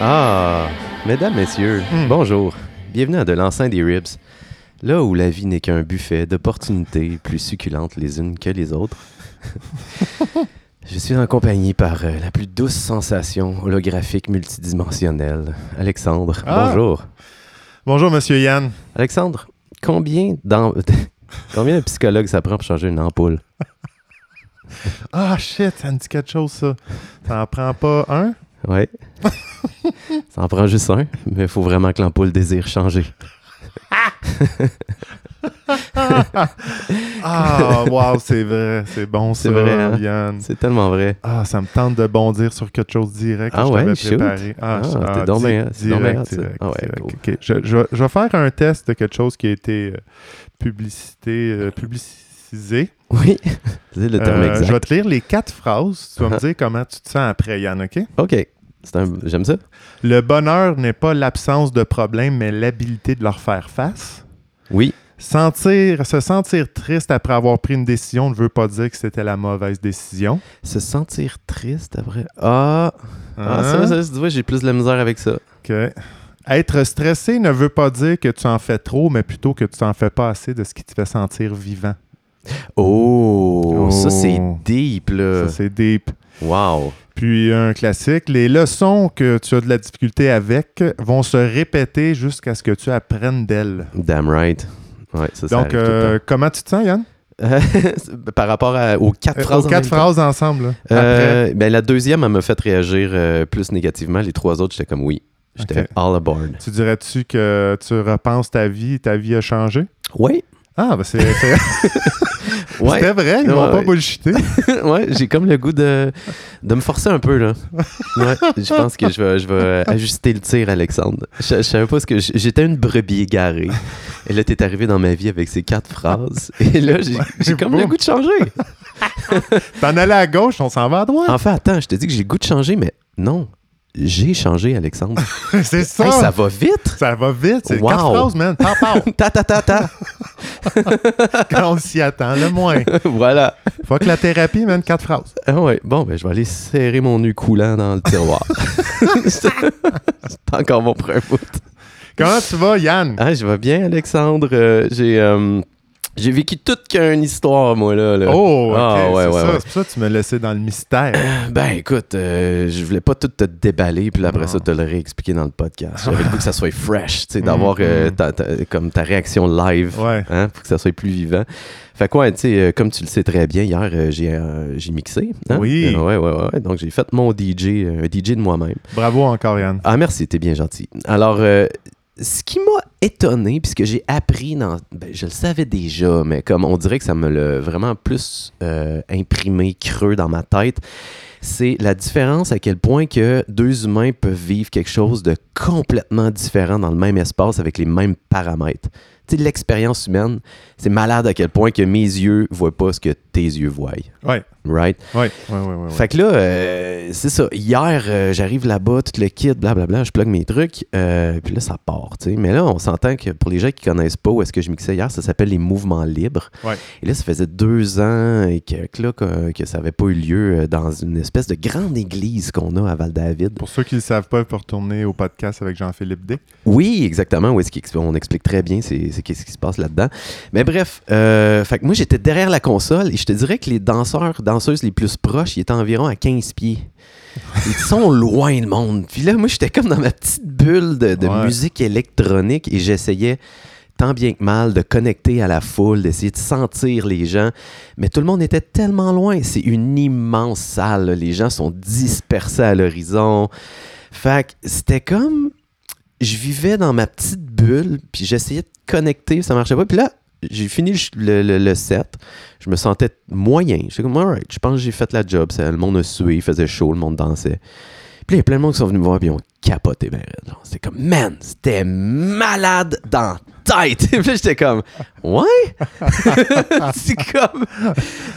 Ah, mesdames, messieurs, Hmm. bonjour. Bienvenue à De l'enceinte des Ribs. Là où la vie n'est qu'un buffet d'opportunités plus succulentes les unes que les autres. Je suis en compagnie par euh, la plus douce sensation holographique multidimensionnelle, Alexandre. Ah! Bonjour. Bonjour, Monsieur Yann. Alexandre, combien d'en- combien de psychologues ça prend pour changer une ampoule? Ah, shit, ça me dit quelque chose, ça. T'en prends pas un? Ouais. ça en prend juste un, mais il faut vraiment que l'ampoule désire changer. Ah, wow, c'est vrai, c'est bon, C'est ça, vrai, hein? Yann. C'est tellement vrai. Ah, ça me tente de bondir sur quelque chose direct Ah que je ouais, t'avais shoot. préparé. Ah, Ah, je- t'es ah, donc di- bien- c'est donc bien hot, direct, ça. direct, Ah ouais, direct. cool. Ok, Je, je vais- je vais faire un test de quelque chose qui a été euh, publicité, euh, publicisé. Oui, c'est le terme Euh, exact. Uh-huh. Je vais te lire les quatre phrases. Tu vas me dire comment tu te sens après, Yann, OK? OK. C'est un... J'aime ça. Le bonheur n'est pas l'absence de problèmes, mais l'habilité de leur faire face. Oui. Sentir, se sentir triste après avoir pris une décision ne veut pas dire que c'était la mauvaise décision. Se sentir triste après. Ah, ah Hein? ça, ça, tu vois, j'ai plus de la misère avec ça. Ok. Être stressé ne veut pas dire que tu en fais trop, mais plutôt que tu n'en fais pas assez de ce qui te fait sentir vivant. Oh, Oh. ça, c'est deep, là. Ça, c'est deep. wow. Puis un classique, les leçons que tu as de la difficulté avec vont se répéter jusqu'à ce que tu apprennes d'elles. Damn right. Ouais, ça, ça Donc, arrive tout le euh, comment tu te sens, Yann? temps. Par rapport à- aux quatre Euh, phrases. aux en quatre même temps. phrases ensemble. là. Après. Euh, ben, la deuxième, elle m'a fait réagir euh, plus négativement. Les trois autres, j'étais comme oui. J'étais Ok. all aboard. Tu dirais-tu que tu repenses ta vie, ta vie a changé? Oui. Ah, ben c'est c'est- Ouais, c'était vrai, ils m'ont Ouais, pas ouais. bullshité. ouais j'ai comme le goût de, de me forcer un peu, là. Ouais, je pense que je vais, je vais ajuster le tir, Alexandre. Je, je savais pas ce que... J'étais une brebis égarée. Et là, t'es arrivé dans ma vie avec ces quatre phrases. Et là, j'ai j'ai comme le boum. goût de changer. T'en allais à gauche, on s'en va à droite. Enfin, attends, je te dis que j'ai le goût de changer, mais non. J'ai changé, Alexandre. c'est ça. Hey, ça Ah. ça... va vite! va vite, c'est Wow. quatre phrases, man. T'en parles Ta ta ta ta! quand on s'y attend, le moins. voilà. Faut que la thérapie, man, quatre phrases. Ah ouais, bon, ben je vais aller serrer mon nu coulant dans le tiroir. C'est encore mon premier bout. Comment tu vas, Yann? Ah, je vais bien, Alexandre. Euh, j'ai, euh, j'ai vécu toute qu'une histoire, moi, là. là. Oh, ok, Ah, ouais, c'est ouais, ouais. ça. C'est pour ça que tu me laissais dans le mystère. Ben, écoute, euh, je voulais pas tout te déballer, puis là, après Non. ça, te le réexpliquer dans le podcast. J'avais le goût que ça soit fresh, tu sais, d'avoir euh, Mhm. ta- ta- comme ta réaction live. Ouais. Hein, pour que ça soit plus vivant. Fait quoi, tu sais, euh, comme tu le sais très bien, hier, euh, j'ai, euh, j'ai mixé. hein? Oui. Euh, ouais, ouais, ouais, ouais. Donc, j'ai fait mon DJ, euh, un DJ de moi-même. Bravo encore, Yann. Ah, merci, t'es bien gentil. Alors, euh, ce qui m'a étonné, puisque j'ai appris dans. ben, je le savais déjà, mais comme on dirait que ça me l'a vraiment plus euh, imprimé, creux dans ma tête, c'est la différence à quel point que deux humains peuvent vivre quelque chose de complètement différent dans le même espace avec les mêmes paramètres. Tu sais, l'expérience humaine, c'est malade à quel point que mes yeux voient pas ce que tes yeux voient. Ouais, Right? ouais, ouais, ouais. ouais, ouais. Fait que là, euh, c'est ça. Hier, euh, j'arrive là-bas, tout le kit, blablabla, je plug mes trucs, euh, puis là, ça part, tu sais. Mais là, on s'entend que pour les gens qui connaissent pas où est-ce que je mixais hier, ça s'appelle les mouvements libres. Ouais. Et là, ça faisait deux ans et que, que là, que, que ça avait pas eu lieu euh, dans une espèce de grande église qu'on a à Val-David. Pour ceux qui ne le savent pas, il faut retourner au podcast avec Jean-Philippe D. Oui, exactement. Où est-ce qu'on explique très bien c'est c'est qu'est-ce qui se passe là-dedans. Mais bref, euh, fait que moi j'étais derrière la console et je te dirais que les danseurs, danseuses les plus proches, ils étaient environ à 15 pieds. Ils sont loin le monde. Puis là, moi j'étais comme dans ma petite bulle de, de Ouais. musique électronique et j'essayais tant bien que mal de connecter à la foule, d'essayer de sentir les gens. Mais tout le monde était tellement loin. C'est une immense salle. là. Les gens sont dispersés à l'horizon. Fait que c'était comme. Je vivais dans ma petite bulle, puis j'essayais de connecter, ça marchait pas. Puis là, j'ai fini le, le- le set. Je me sentais moyen. J'étais comme, alright, je pense que j'ai fait la job. Ça, le monde a sué, il faisait chaud, le monde dansait. Puis là, il y a plein de monde qui sont venus me voir, puis ils ont capoté. Ben, raide, genre. c'était comme, man, c'était malade dans la tête. puis là, j'étais comme, ouais? C'est comme.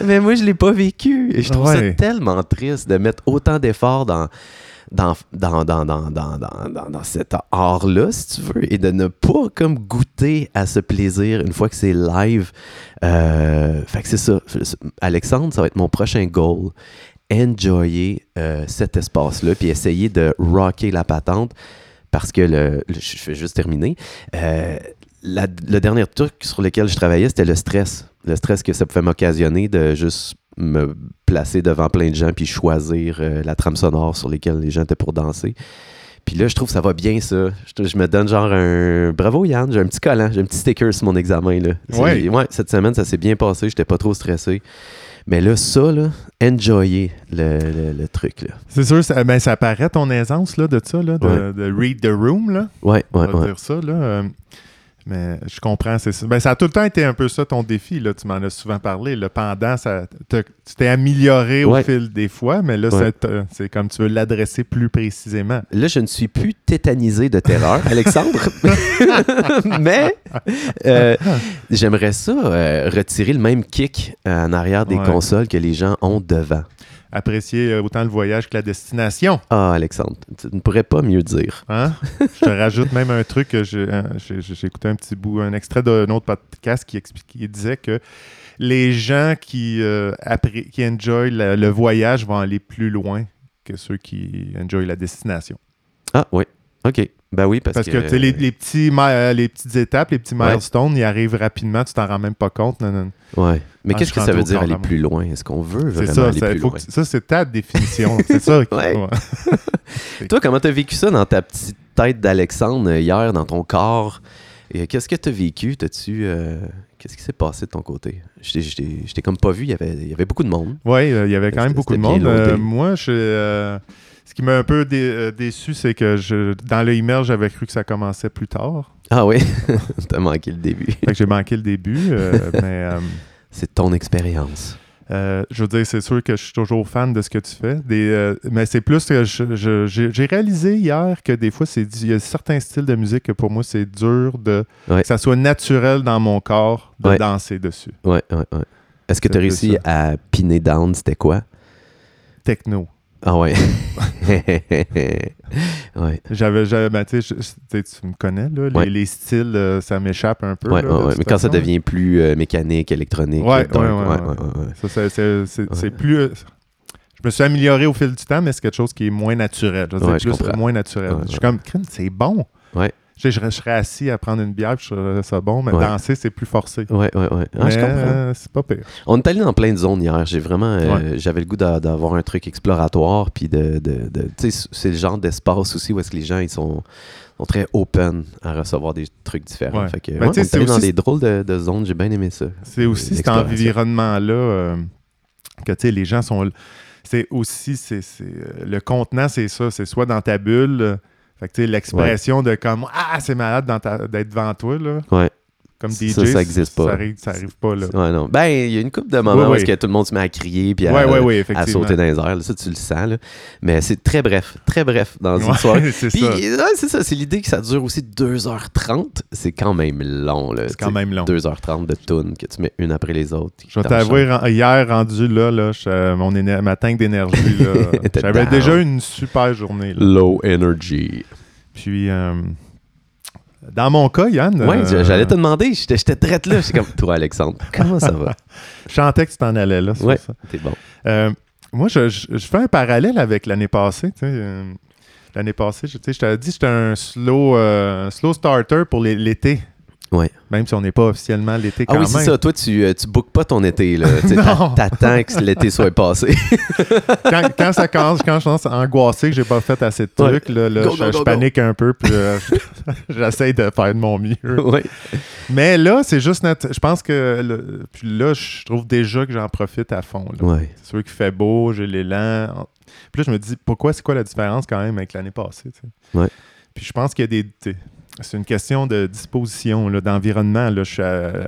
Mais moi, je l'ai pas vécu. Et je trouve Ouais. ça tellement triste de mettre autant d'efforts dans dans, dans, dans, dans, dans, dans, dans, dans cet art-là, si tu veux, et de ne pas comme goûter à ce plaisir une fois que c'est live. Euh, fait que c'est ça. Alexandre, ça va être mon prochain goal. Enjoyer euh, cet espace-là, puis essayer de rocker la patente, parce que le, le- je vais juste terminer. Euh, la- le dernier truc sur lequel je travaillais, c'était le stress. Le stress que ça pouvait m'occasionner de juste me placer devant plein de gens puis choisir euh, la trame sonore sur laquelle les gens étaient pour danser. Puis là, je trouve que ça va bien, ça. Je, je me donne genre un... Bravo, Yann, j'ai un petit collant, j'ai un petit sticker sur mon examen, là. C'est- Ouais. ouais, cette semaine, ça s'est bien passé, j'étais pas trop stressé. Mais là, ça, là, enjoyer le, le- le truc, là. C'est sûr, ça, ben, ça paraît ton aisance là, de ça, là, de, Ouais. de read the room, là, Ouais, on ouais, va ouais. dire ça. Là, euh, mais je comprends, c'est ça. Ben, ça a tout le temps été un peu ça ton défi, là, tu m'en as souvent parlé. Là, pendant, ça, t'as- tu t'es amélioré Ouais. au fil des fois, mais là, Ouais. ça t'a- c'est comme tu veux l'adresser plus précisément. Là, je ne suis plus tétanisé de terreur, Alexandre. Mais euh, j'aimerais ça euh, retirer le même kick en arrière des Ouais. consoles que les gens ont devant. Apprécier euh, autant le voyage que la destination. Ah, Alexandre, tu ne pourrais pas mieux dire. Hein? je te rajoute même un truc. que J'ai hein, j'ai- j'ai- j'ai écouté un petit bout, un extrait d'un autre podcast qui, expliquait, qui disait que les gens qui, euh, appré- qui enjoy la- le voyage vont aller plus loin que ceux qui enjoy la destination. Ah, oui. OK. Ben oui, parce, Parce, que, tu sais, les, les petits, mi- euh, les petites étapes, les petits Ouais. milestones, ils arrivent rapidement, tu t'en rends même pas compte. Non, non, non. Ouais. Mais Ah, qu'est-ce je que suis ça rendu veut au dire aller Grand-Maman. plus loin? Est-ce qu'on veut C'est vraiment ça, aller ça, plus faut loin? que- ça, c'est ta définition. c'est ça. qui- Ouais. ouais. Toi, comment t'as vécu ça dans ta petite tête d'Alexandre euh, hier, dans ton corps? Et euh, Qu'est-ce que t'as vécu? T'as-tu... euh, Qu'est-ce qui s'est passé de ton côté? Je t'ai- Je t'ai je t'ai comme pas vu, il y avait, il y avait beaucoup de monde. Oui, euh, il y avait quand même C'était- beaucoup de c'était monde. bien loadé. Euh, moi, je, euh, ce qui m'a un peu dé- euh, déçu, c'est que je, dans le email, j'avais cru que ça commençait plus tard. Ah oui, t'as manqué le début. Fait que j'ai manqué le début. euh, mais euh, C'est ton expérience. euh, je veux dire, c'est sûr que je suis toujours fan de ce que tu fais. Des, euh, mais c'est plus que je- je- j'ai j'ai réalisé hier que des fois, c'est du- il y a certains styles de musique que pour moi, c'est dur de Ouais. que ça soit naturel dans mon corps de Ouais. danser dessus. Ouais, ouais, ouais. Est-ce que C'est t'as réussi à piner down, c'était quoi? Techno. Ah ouais. ouais. J'avais, j'avais- ben, tu sais, je- tu sais, tu me connais, là, les- Ouais, les, styles, euh, ça m'échappe un peu. Ouais, ouais, là, de ouais. toute Mais quand ça façon, là. devient plus euh, mécanique, électronique, euh, Ouais, dark, ouais, ouais, ouais, ouais, ouais, ouais. Ça, c'est- c'est- c'est Ouais. c'est plus. euh, Je me suis amélioré au fil du temps, mais c'est quelque chose qui est moins naturel. Je veux dire, Ouais, je plus- comprends. moins naturel. Ouais, je suis ouais. comme, Crime, c'est bon. Ouais. Je, sais, je, serais- je serais assis à prendre une bière, puis je trouverais ça bon, mais Ouais. danser, c'est plus forcé. Ouais, ouais, ouais. Ah, je Mais, comprends. euh, c'est pas pire. On est allé dans plein de zones hier. J'ai vraiment, euh, j'avais le goût d'a- d'avoir un truc exploratoire, puis de, de- de- tu sais, c'est le genre d'espace aussi où est-ce que les gens ils sont, sont très open à recevoir des trucs différents. Ouais. Fait que, Ben, ouais, tu sais, on est c'est allé dans aussi- des drôles de, de zones. J'ai bien aimé ça. C'est aussi cet L'exploration. environnement-là euh, que, tu sais, les gens sont. C'est aussi. c'est c'est, euh, le contenant, c'est ça. C'est soit dans ta bulle. euh, fait que, tu sais, l'expression de comme, ah, c'est malade dans ta- d'être devant toi, là. Ouais. Comme Ça, DJ. ça existe pas. Ça arrive, ça arrive pas, là. Ouais, non. Ben, il y a une couple de moments Oui, où oui. est-ce que tout le monde se met à crier puis à, Ouais, ouais, ouais, à effectivement. sauter dans les airs. là. Ça, tu le sens. là. Mais c'est très bref, très bref dans une Ouais, soirée. c'est Puis, euh, ça. ouais, c'est ça. C'est l'idée que ça dure aussi 2h30. C'est quand même long. là. C'est Tu quand sais, même long. 2h30 de tunes que tu mets une après les autres. Je vais t'avouer, ren- hier rendu là, là je- euh, mon éner- ma tank d'énergie, là, T'es j'avais down. déjà une super journée. là. Low energy. Puis, euh, dans mon cas, Yann, Ouais, euh, j'allais te demander. J'étais j'étais traite là. J'étais comme, toi, Alexandre, comment ça va? je sentais que tu t'en allais là. c'est Ouais. pour ça. T'es bon. Euh, moi, je, je- je fais un parallèle avec l'année passée. tu sais, euh, l'année passée, je, tu sais, je t'avais dit j'étais un slow, euh, un slow starter pour les- l'été. Ouais. Même si on n'est pas officiellement l'été quand Ah oui, même. c'est ça. Toi, tu, euh, tu bookes pas ton été. là. Tu sais, Non. t'a- T'attends que l'été soit passé. quand, quand ça commence, quand je commence à angoisser que j'ai pas fait assez de trucs, là, là, Go, je, go, go, je go. panique un peu, puis euh, j'essaie de faire de mon mieux. ouais. Mais là, c'est juste notre. Je pense que. le- puis là, je trouve déjà que j'en profite à fond. là. Ouais. C'est sûr qu'il fait beau, j'ai l'élan. Puis là, je me dis, pourquoi, c'est quoi la différence quand même avec l'année passée? tu sais? Ouais. Puis je pense qu'il y a des. t'sais, C'est une question de disposition, là, d'environnement. là. Je suis à, euh,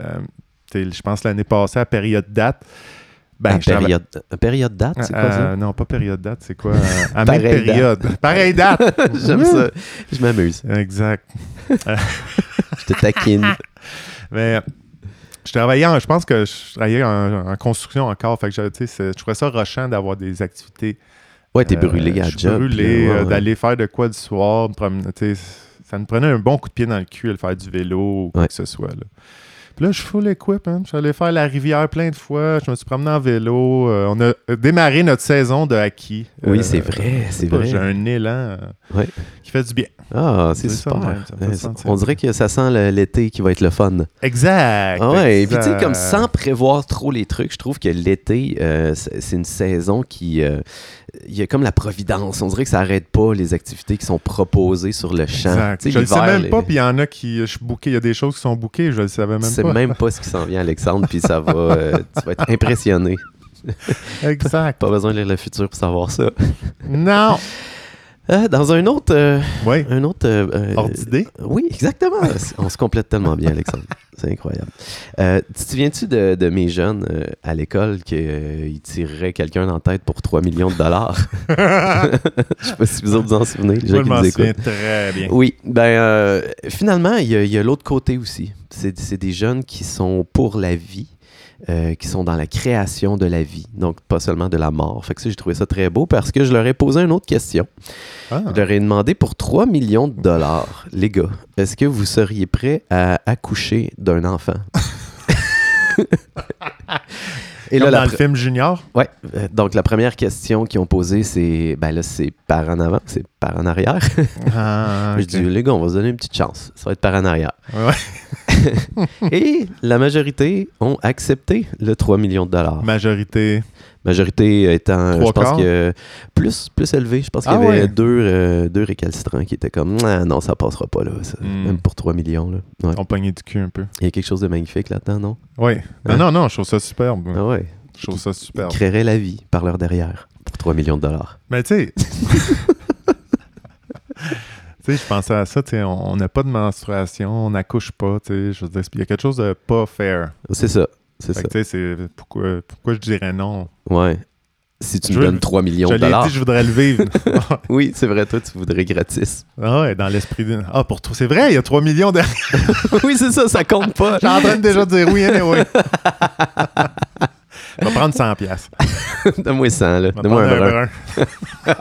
t'sais, Je pense l'année passée, à période date. Ben, À je travaille- Ah, période, à période date, c'est quoi Euh, Non, pas période date, c'est quoi? euh, à même Pareille période. Pareille date. ça? J'aime ça. Je m'amuse. Exact. Je te taquine. Mais euh, je travaillais, en- je pense que je travaillais en, en construction encore. Fait que, je, tu sais, c'est- je trouvais ça rochant d'avoir des activités Ouais, t'es Euh, brûlé à je suis job. brûlé puis, ouais, euh, ouais. d'aller faire de quoi du soir. me promener, tu sais, ça me prenait un bon coup de pied dans le cul, de faire du vélo ou quoi Ouais. que ce soit. Là. Puis là, je suis full equip. hein. Je suis allé faire la rivière plein de fois. Je me suis promené en vélo. Euh, on a démarré notre saison de hockey. Oui, Euh, c'est vrai, c'est pas, vrai. J'ai un élan euh, Ouais. qui fait du bien. Ah, c'est C'est ça super. même, ça me fait Ouais, sentir on bien. dirait que ça sent le- l'été qui va être le fun. Exact. Ah ouais, et puis exact. tu sais, comme sans prévoir trop les trucs, je trouve que l'été, euh, c'est c'est une saison qui. euh, Il y a comme la providence. On dirait que ça n'arrête pas les activités qui sont proposées sur le champ. Exact. hein, Tu sais, Je le sais l'hiver, même les- pas, puis il y en a qui. Je suis booké, il y a des choses qui sont bookées, je le savais même Tu pas. sais même pas ce qui s'en vient, Alexandre, puis ça va. euh, tu vas être impressionné. Exact. Pas besoin de lire le futur pour savoir ça. non. Ah, dans un autre. euh, Oui. un autre euh, euh, Hors d'idée. Oui, exactement. Ah, On se complète tellement bien, Alexandre. C'est incroyable. Euh, tu te souviens-tu de, de mes jeunes euh, à l'école qui euh, ils tireraient quelqu'un en tête pour 3 millions de dollars? Je sais pas si vous autres vous en souvenez, les gens Moi, je qui m'en nous écoutent. souviens très bien. Oui, ben euh, finalement, il y a, il y a l'autre côté aussi. C'est c'est des jeunes qui sont pour la vie, euh, qui sont dans la création de la vie, donc pas seulement de la mort. Fait que ça, j'ai trouvé ça très beau parce que je leur ai posé une autre question. Ah. Je leur ai demandé pour 3 millions de dollars, les gars, est-ce que vous seriez prêts à accoucher d'un enfant? Et Comme la dans pre- le film Junior. Ouais, euh, donc la première question qu'ils ont posée, c'est ben là, c'est par en avant, c'est par en arrière. Ah, Je dis, les gars, on va se donner une petite chance. Ça va être par en arrière. Ouais. Et la majorité ont accepté le 3 millions de dollars. Majorité. Majorité étant, Trois je pense quarts? que plus, plus élevé. Je pense qu'il Ah y avait ouais. deux, euh, deux récalcitrants qui étaient comme Ah, non, ça passera pas là. ça. Hmm. Oh. Même pour 3 millions. Là. Ouais. On pognait du cul un peu. Il y a quelque chose de magnifique là-dedans, non? Oui. Hein? Non, non, non, je trouve ça superbe. Ah ouais. Je trouve ça Ils superbe. créeraient la vie par leur derrière pour 3 millions de dollars. Mais Ben, tu sais. Tu sais, je pensais à ça, tu sais, on on n'a pas de menstruation, on n'accouche pas, tu sais, je veux dire, il y a quelque chose de pas fair. C'est ça. C'est Fait ça. que, tu sais, c'est pourquoi, pourquoi je dirais non? Ouais. Si tu Je me veux- donnes 3 millions Je de l'ai dollars. dit, je voudrais le vivre. Oui, c'est vrai, toi, tu voudrais gratis. ah ouais, dans l'esprit d'une... Ah, pour tout, c'est vrai, il y a 3 millions de... oui, c'est ça, ça compte pas. J'en train de déjà dire oui, anyway. Je vais prendre 100 piastres. Donne-moi 100, là. Je vais Donne-moi un prendre brun. brun.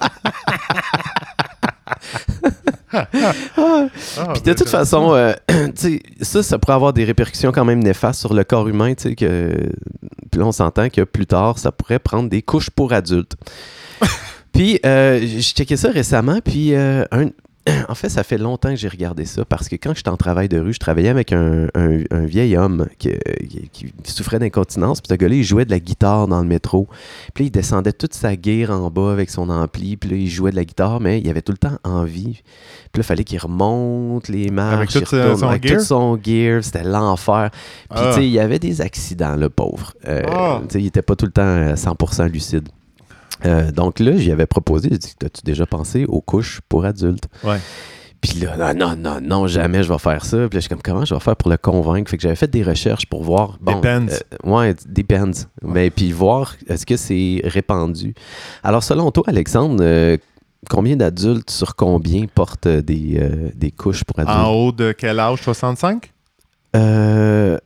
Ah, Puis de toute façon, euh, tu sais, ça, ça pourrait avoir des répercussions quand même néfastes sur le corps humain. tu sais, Que... Puis là, on s'entend que plus tard, ça pourrait prendre des couches pour adultes. puis, euh, j'ai checké ça récemment, puis euh, un- en fait, ça fait longtemps que j'ai regardé ça parce que quand j'étais en travail de rue, je travaillais avec un, un- un vieil homme qui, qui- qui souffrait d'incontinence. Puis ce gars-là, il jouait de la guitare dans le métro. Puis là, il descendait toute sa guire en bas avec son ampli. Puis là, il jouait de la guitare, mais il avait tout le temps envie. Puis là, il fallait qu'il remonte les marches. Avec tout, il euh, son avec gear? tout son gear. C'était l'enfer. Puis Ah. tu sais, il y avait des accidents, le pauvre. Euh, Ah. tu sais, Il était pas tout le temps à 100% lucide. Euh, donc là, j'y avais proposé, j'ai dit, as-tu déjà pensé aux couches pour adultes? Ouais. Puis là, non, non, non, non, jamais je vais faire ça. Puis là, je suis comme, comment je vais faire pour le convaincre? Fait que j'avais fait des recherches pour voir. Bon, Depends. euh, ouais, depends. Mais puis voir, est-ce que c'est répandu? Alors, selon toi, Alexandre, euh, combien d'adultes sur combien portent euh, des, euh, des couches pour En adultes? haut de quel âge? 65? Euh,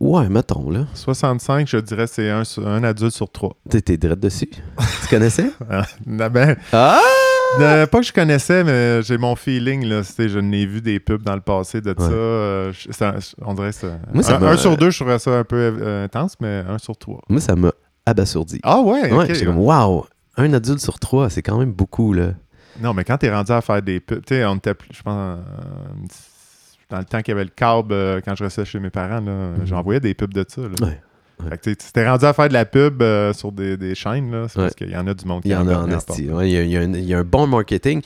ouais, mettons, là. 65, je dirais c'est un, sur- un adulte sur trois. T'es- T'es direct dessus. tu connaissais? Non, ben, Ah! euh, pas que je connaissais, mais j'ai mon feeling. Là, c'était- je n'ai vu des pubs dans le passé de ça. Ouais. euh, je- ça- je- on dirait ça. Moi, ça un, m'a- un sur deux, je trouvais ça un peu euh, intense, mais un sur trois. Moi, ça m'a abasourdi. Ah ouais, ouais, ok. j'étais comme, wow, un adulte sur trois, c'est quand même beaucoup, là. Non, mais quand t'es rendu à faire des pubs, tu sais, on était plus, je pense, euh, dans le temps qu'il y avait le câble, euh, quand je restais chez mes parents, là, j'envoyais des pubs de ça. là. Mhm. Ouais, ouais. Fait que, tu sais, tu t'es rendu à faire de la pub euh, sur des, des chaînes, là, c'est Ouais. parce qu'il y en a du monde qui Il y en a veut, en mais esti. Ouais, Il y a- il y, a un- il y a un bon marketing.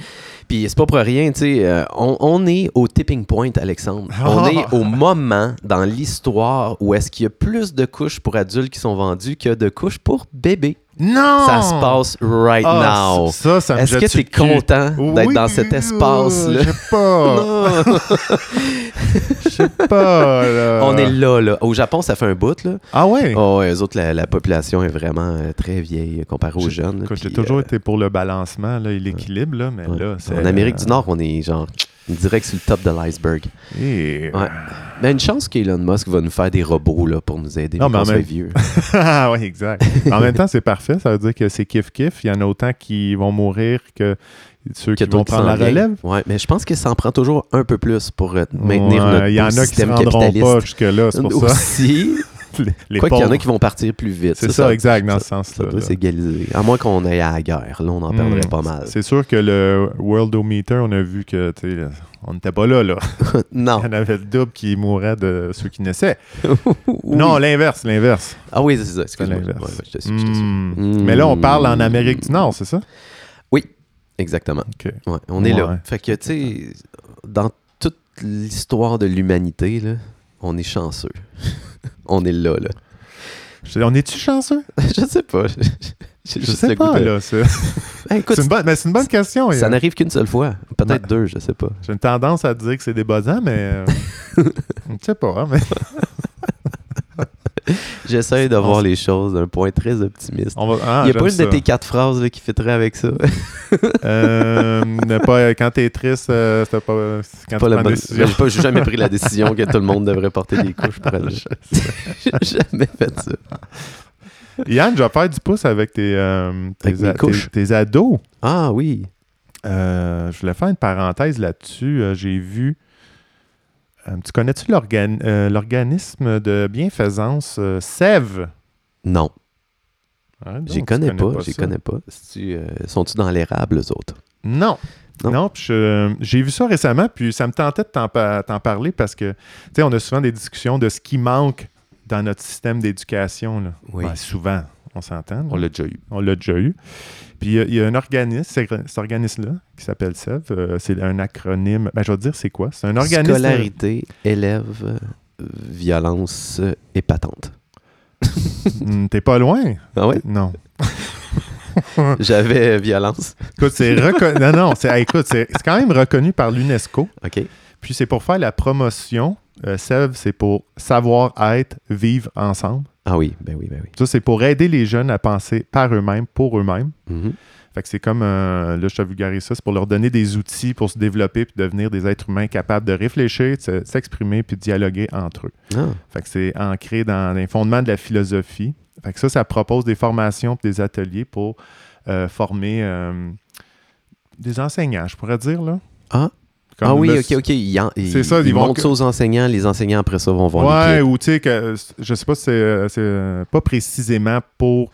Puis c'est pas pour rien, tu sais. euh, on, on est au tipping point, Alexandre. On Oh! est au moment dans l'histoire où est-ce qu'il y a plus de couches pour adultes qui sont vendues que de couches pour bébés. Non! Ça se passe right Ah, now. Ça, ça me Est-ce jette que sur t'es le cul. content d'être Oui, Ah. dans cet euh, espace-là? Je sais pas, Non! je sais pas. là. On est là, là. Au Japon, ça fait un bout, là. Ah ouais? Oh, ouais, eux autres, la, la population est vraiment euh, très vieille euh, comparée aux J'ai- jeunes. Écoute, J'ai puis, toujours euh, été pour le balancement là, et l'équilibre, là, mais ouais. là, c'est... en Amérique du euh, Nord, on est genre Direct sur le top de l'iceberg. Et- Ouais. Mais Ben, une chance qu'Elon Musk va nous faire des robots là, pour nous aider Non, mais mais en qu'on soit même- vieux. Ah oui, exact. En même temps, c'est parfait. Ça veut dire que c'est kiff-kiff. Il y en a autant qui vont mourir que ceux qui d'autres vont prendre s'en la viennent. relève. Ouais, mais je pense que ça en prend toujours un peu plus pour euh, maintenir Ouais, notre Il y en a qui système ne rendront capitaliste. pas jusque-là, c'est pour ça. Aussi, Les, les quoi qu'il y en a pauvres. qui vont partir plus vite. C'est ça, exact, dans ce Ça sens-là. doit là. s'égaliser. À moins qu'on aille à la guerre. Là, on en Hmm, perdrait pas mal. C'est sûr que le Worldometer, on a vu que tu sais, on n'était pas là, là. Non. Il y en avait le double qui mourait de ceux qui naissaient. Oui. Non, l'inverse, l'inverse. Ah oui, c'est ça. Excuse-moi. C'est l'inverse. Ouais, ouais, je te suis, je te suis. Hmm. Hmm. Mais là, on parle en Amérique du Nord, c'est ça? Exactement. OK. Ouais, on est Ouais. là. Fait que, tu sais, dans toute l'histoire de l'humanité, là, on est chanceux. on est là, là. Je- On est-tu chanceux? je sais pas. J'ai Je juste sais le goût pas, de- là. C'est Ben, écoute, c'est une, bonne- mais c'est une bonne question. ça Yann. n'arrive qu'une seule fois. Peut-être Ouais. deux, je sais pas. J'ai une tendance à dire que c'est des buzzants, mais. euh, Je sais pas, hein, mais. J'essaie de On voir s- les choses d'un point très optimiste. On va... ah, Il n'y a j'aime pas une ça. de tes quatre phrases là, qui fitterait avec ça. Euh, ne pas- quand t'es triste, euh, c'est pas, euh, c'est quand pas tu la bonne. prends Ben, des décisions. J'ai pas- j'ai jamais pris la décision que tout le monde devrait porter des couches pour aller. J'ai jamais fait ça. Yann, je vais faire du pouce avec tes, euh, tes, Avec mes a- couches. tes- tes ados. Ah oui. Euh, je voulais faire une parenthèse là-dessus. Euh, J'ai vu. euh, tu connais-tu l'organ- euh, l'organisme de bienfaisance euh, Sève? Non, Arrête donc, j'y tu connais pas. J'y ça. connais pas. C'est-tu, euh, Sont-tu dans l'érable, eux autres? Non. Non. Non, puis je- j'ai vu ça récemment, puis ça me tentait de t'en pa- t'en parler parce que, tu sais, on a souvent des discussions de ce qui manque dans notre système d'éducation. là. Oui. Ben, souvent, on s'entend. là. On l'a déjà eu. On l'a déjà eu. Puis il y a- il y, a un organisme, c'est- cet organisme-là, qui s'appelle SEV. euh, c'est un acronyme. Ben, je vais te dire c'est quoi. C'est un organisme. Scolarité, élève, euh, violence euh, épatante. Hmm, T'es pas loin? Ah ouais? Non. J'avais euh, violence. Écoute, c'est reconnu. non, non, c'est hey, écoute, c'est c'est quand même reconnu par l'UNESCO. OK. Puis c'est pour faire la promotion. Euh, SEV, c'est pour savoir être, vivre ensemble. Ah oui, ben oui, ben oui. Ça, c'est pour aider les jeunes à penser par eux-mêmes, pour eux-mêmes. Mhm. Fait que c'est comme, euh, là, je te vulgarise ça, c'est pour leur donner des outils pour se développer puis devenir des êtres humains capables de réfléchir, de se- s'exprimer puis de dialoguer entre eux. Ah, Fait que c'est ancré dans les fondements de la philosophie. Fait que ça, ça propose des formations puis des ateliers pour euh, former euh, des enseignants, je pourrais dire, là. Ah. Comme Ah oui, le- OK, OK. Ils, en- ils- C'est ça, ils ils vont- montrent ça aux enseignants. Les enseignants, après ça, vont voir les Ouais, clips. ou tu sais, que je sais pas si c'est euh, c'est, euh, pas précisément pour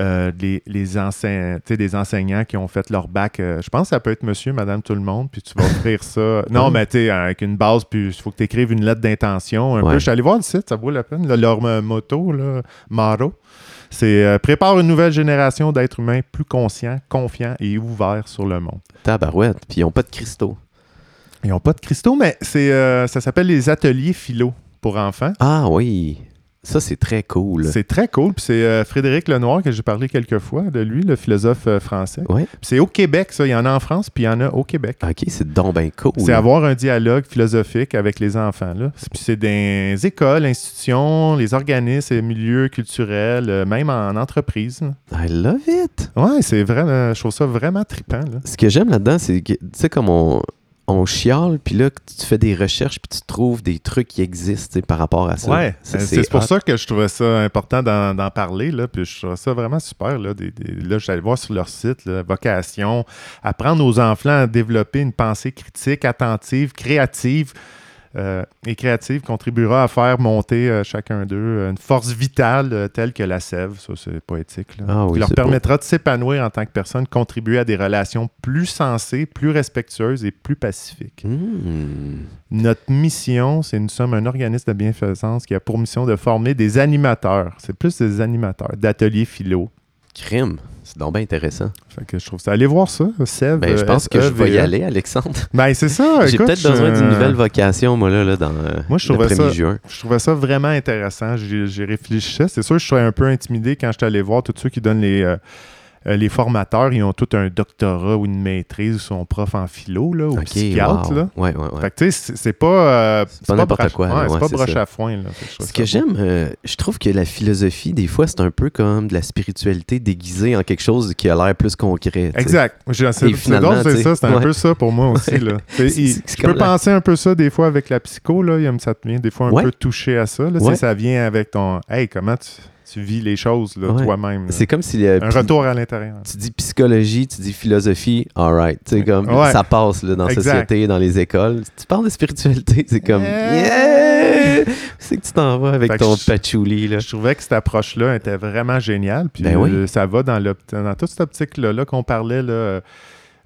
euh, les, les, enseign- tu sais, les enseignants qui ont fait leur bac. euh, je pense que ça peut être monsieur, madame, tout le monde, puis tu vas offrir ça. Non, Ouais. mais tu sais, avec une base, puis il faut que tu écrives une lettre d'intention. Un Ouais. peu. Je suis allé voir le site, ça vaut la peine. là, leur euh, motto, là, Maro, c'est euh, Prépare une nouvelle génération d'êtres humains plus conscients, confiants et ouverts sur le monde. Tabarouette. Puis ils n'ont pas de cristaux. Ils n'ont pas de cristaux, mais c'est euh, ça s'appelle les ateliers philo pour enfants. Ah oui. Ça, c'est très cool. C'est très cool. Puis c'est euh, Frédéric Lenoir que j'ai parlé quelques fois de lui, le philosophe euh, français. Ouais. Puis c'est au Québec, ça. Il y en a en France, puis il y en a au Québec. OK, c'est donc ben cool. C'est avoir un dialogue philosophique avec les enfants. Là. C'est- Puis c'est des écoles, institutions, les organismes, les milieux culturels, euh, même en entreprise. là. I love it. Ouais, c'est vraiment, je trouve ça vraiment trippant. là. Ce que j'aime là-dedans, c'est que, tu sais, comme on, on chiale, puis là, que tu fais des recherches, puis tu trouves des trucs qui existent tu sais, par rapport à ça. Ouais, Ça, euh, c'est pour hot. ça que je trouvais ça important d'en d'en parler. Là, puis je trouvais ça vraiment super. Là, des, des- là j'allais voir sur leur site, là, vocation, apprendre aux enfants à développer une pensée critique, attentive, créative. euh, et créative contribuera à faire monter euh, chacun d'eux euh, une force vitale euh, telle que la sève, ça c'est poétique, là, Ah oui, qui leur c'est beau. permettra de s'épanouir en tant que personne, contribuer à des relations plus sensées, plus respectueuses et plus pacifiques. Hmm. Notre mission, c'est nous sommes un organisme de bienfaisance qui a pour mission de former des animateurs. C'est plus des animateurs d'ateliers philo. Crime. C'est donc bien intéressant. Fait que je trouve ça. Allez voir ça, Sève. Ben, je euh, pense que je vais y SEVE. aller, Alexandre. Ben, c'est ça. J'ai écoute, peut-être je- besoin d'une nouvelle vocation, moi, là, là dans euh, Moi, je le trouverais 1er ça- juin. Je trouvais ça vraiment intéressant. J'y j'y réfléchissais. C'est sûr, je suis un peu intimidé quand je suis allé voir tous ceux qui donnent les, euh, Euh, les formateurs, ils ont tout un doctorat ou une maîtrise, ils sont profs en philo, là, ou OK, psychiatres. wow. là. Ouais, ouais, ouais. Fait que, tu sais, c'est c'est pas. euh, C'est pas n'importe broche- quoi, ouais, là, c'est ouais, pas c'est broche ça. à foin. Là, Fait je trouve Ce ça que beau. j'aime, euh, je trouve que la philosophie, des fois, c'est un peu comme de la spiritualité déguisée en quelque chose qui a l'air plus concret. tu sais. Exact. Je- C'est c'est finalement, drôle, tu c'est sais, ça. C'est un ouais. peu ça pour moi aussi. Ouais. Là. Tu sais, C'est- il- c'est je comme peux la- penser un peu ça des fois avec la psycho. Là, il y a- ça te vient des fois un Ouais. peu touché à ça. Là, Tu sais, Ouais. Ça vient avec ton Hey, comment tu, tu vis les choses là, Ouais. toi-même. là. C'est comme si le- Un retour à l'intérieur. tu dis psychologie, tu dis philosophie, all right. Tu sais, comme Ouais. ça passe là, dans la Exact. société, dans les écoles. Tu parles de spiritualité, c'est comme Yeah! yeah! C'est que tu t'en vas avec Fait que ton je- patchouli. Là. Je trouvais que cette approche-là était vraiment géniale. Puis Ben oui. euh, ça va dans, l'opt- dans toute cette optique-là là, qu'on parlait, là, euh,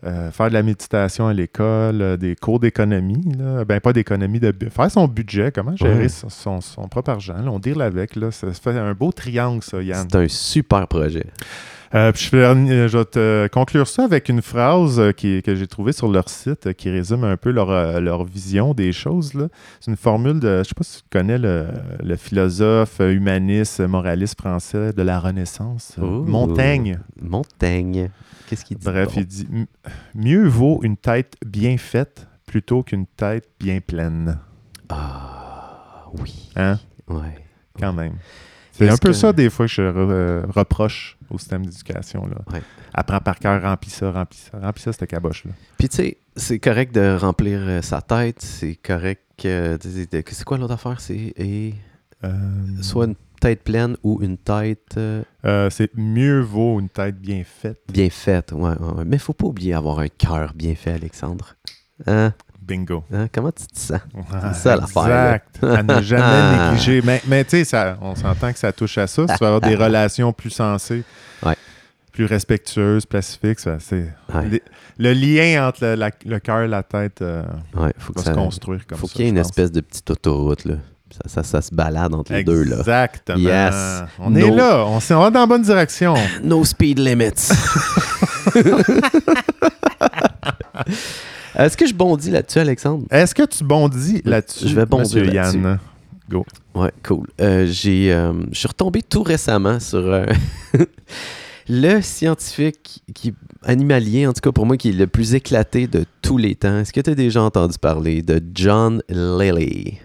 euh, faire de la méditation à l'école, euh, des cours d'économie. là. Ben, pas d'économie, de bu- faire son budget, comment gérer Ouais. son, son- son propre argent. là, on deal avec. Là, ça se fait un beau triangle, ça, Yann. C'est un super projet. Euh, puis je, fais- euh, je vais te euh, conclure ça avec une phrase euh, qui- que j'ai trouvée sur leur site euh, qui résume un peu leur, euh, leur vision des choses. là. C'est une formule de, je ne sais pas si tu connais le, le philosophe, euh, humaniste, euh, moraliste français de la Renaissance, euh, Ouh. Montaigne. Montagne. Qu'est-ce qu'il dit? Bref, bon? il dit M- Mieux vaut une tête bien faite plutôt qu'une tête bien pleine. Ah oui. Hein? Ouais. Quand même. C'est Est-ce un peu que- ça, des fois, que je re- euh, reproche au système d'éducation. là. Ouais. Apprends par cœur, remplis ça, remplis ça, remplis ça, cette caboche-là. Puis tu sais, c'est correct de remplir euh, sa tête, c'est correct. euh, tu sais, de- c'est quoi l'autre affaire? C'est et Euh, soit une tête pleine ou une tête euh, euh, c'est mieux vaut une tête bien faite. bien faite. Ouais, ouais, ouais. Mais faut pas oublier d'avoir un cœur bien fait, Alexandre. Hein? Bingo. Hein? Comment tu te sens? C'est ça, l'affaire, là. Ah. Exact. À ne jamais négliger. Mais, mais tu sais, ça- on s'entend que ça touche à ça. Si tu vas avoir des relations plus sensées, Ouais. plus respectueuses, pacifiques, ça, c'est... Ouais, Le, le lien entre le, la- le cœur et la tête euh, ouais, faut que va ça- se construire comme faut ça. qu'il y ait je une pense. espèce de petite autoroute. Là. Ça, ça, ça se balade entre les deux. là. Exactement. Yes. On est No. là. On, s'est- on va dans la bonne direction. No speed limits. Est-ce que je bondis là-dessus, Alexandre? Est-ce que tu bondis là-dessus, Je vais bondir monsieur Yann? Ouais, cool. Euh, j'ai, euh, je suis retombé tout récemment sur euh, le scientifique qui, animalier, en tout cas pour moi, qui est le plus éclaté de tous les temps. Est-ce que tu as déjà entendu parler de John Lilly?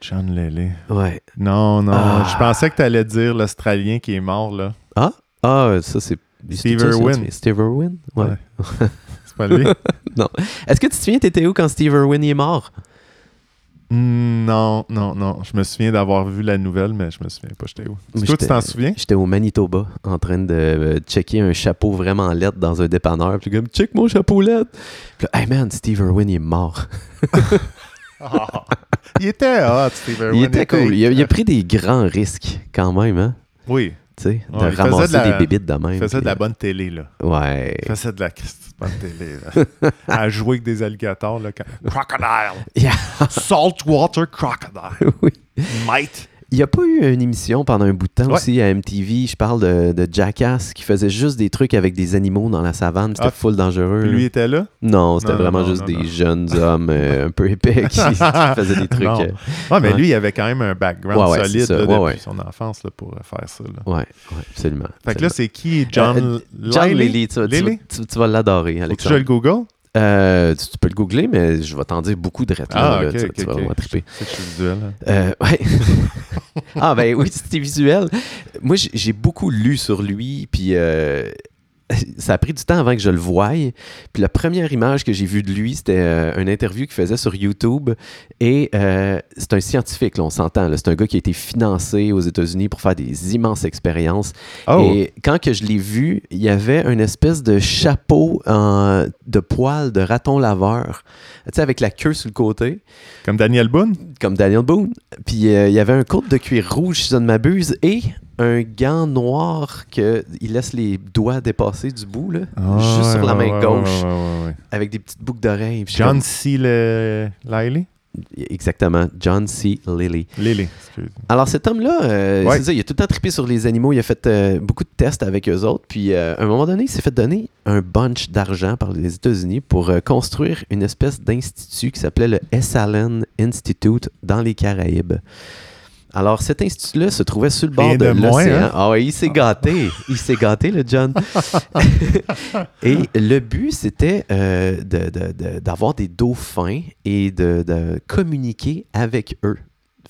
John Lely. Ouais. Non, non. Ah. Je pensais que tu allais dire l'Australien qui est mort, là. Ah, ah ça c'est... Steve c'est-tu un Irwin. scientifique? Steve Irwin? Ouais. Ouais. C'est pas lui? Est-ce que tu te souviens, t'étais où quand Steve Irwin il est mort? Mm, non, non, non. Je me souviens d'avoir vu la nouvelle, mais je me souviens pas. J'étais où? Mais Toi, tu j'étais- t'en souviens? J'étais au Manitoba en train de euh, checker un chapeau vraiment laid dans un dépanneur. Puis comme, check mon chapeau laid. Puis là, hey man, Steve Irwin, il est mort. Ah. il était hot, Steve Irwin. il était cool. Il a, il a pris des grands risques quand même, hein. Oui, Tu sais, de Ouais, il faisait ramasser de la- des bébites de même. il faisait de la puis, bonne télé, là. euh, Ouais. Il faisait de la Christ, bonne télé, là. À jouer avec des alligators, là. quand- Crocodile! Yeah. Saltwater crocodile! Oui. Mate! Il n'y a pas eu une émission pendant un bout de temps Ouais. aussi à MTV. Je parle de, de Jackass qui faisait juste des trucs avec des animaux dans la savane. C'était Ah, full dangereux. Lui était là? Non, c'était Non, non, vraiment non, juste non, des non. jeunes hommes euh, un peu épais qui, qui faisaient des trucs. Non. euh, Ouais, mais Ouais. lui, il avait quand même un background Ouais, ouais, c'est solide ça. là, Ouais, depuis ouais. son enfance là, pour euh, faire ça. Là. Ouais, ouais, absolument. Fait que là, absolument. c'est qui John, Euh, John Lilly? Lilly, tu, vas- tu Lilly? vas- tu- tu vas l'adorer, Faut que je Alexandre. le Google? Euh, tu, tu peux le googler, mais je vais t'en dire beaucoup de rêves. Ah, ok, tu, ok, tu vas ok. vraiment triper. C'est que je suis visuel. hein. Euh, ouais. ah, ben oui, c'était visuel. Moi, j'ai- j'ai beaucoup lu sur lui, puis euh, ça a pris du temps avant que je le voie. Puis la première image que j'ai vue de lui, c'était euh, une interview qu'il faisait sur YouTube. Et euh, c'est un scientifique, là, on s'entend. là. C'est un gars qui a été financé aux États-Unis pour faire des immenses expériences. Oh, Et quand que je l'ai vu, il y avait une espèce de chapeau en- de poils de raton laveur, tu sais, avec la queue sur le côté, Oh, comme Daniel Boone? comme Daniel Boone. Puis euh, il y avait un côte de cuir rouge, si je ne m'abuse, et un gant noir que il laisse les doigts dépasser du bout, là, Ah, juste sur la main gauche, avec des petites boucles d'oreilles. Puis je suis John C. Le... Lilly? comme- Exactement, John C. Lilly. Lilly, excuse. Alors cet homme-là, euh, Ouais. c'est ça, il a tout le temps trippé sur les animaux, il a fait euh, beaucoup de tests avec eux autres, puis euh, à un moment donné, il s'est fait donner un bunch d'argent par les États-Unis pour euh, construire une espèce d'institut qui s'appelait le S. Allen Institute dans les Caraïbes. Alors, cet institut-là se trouvait sur le bord Rien de, de moins, l'océan. hein? Ah, ouais, il s'est gâté. Il s'est gâté, le John. et le but, c'était euh, de- de- de- d'avoir des dauphins et de, de communiquer avec eux.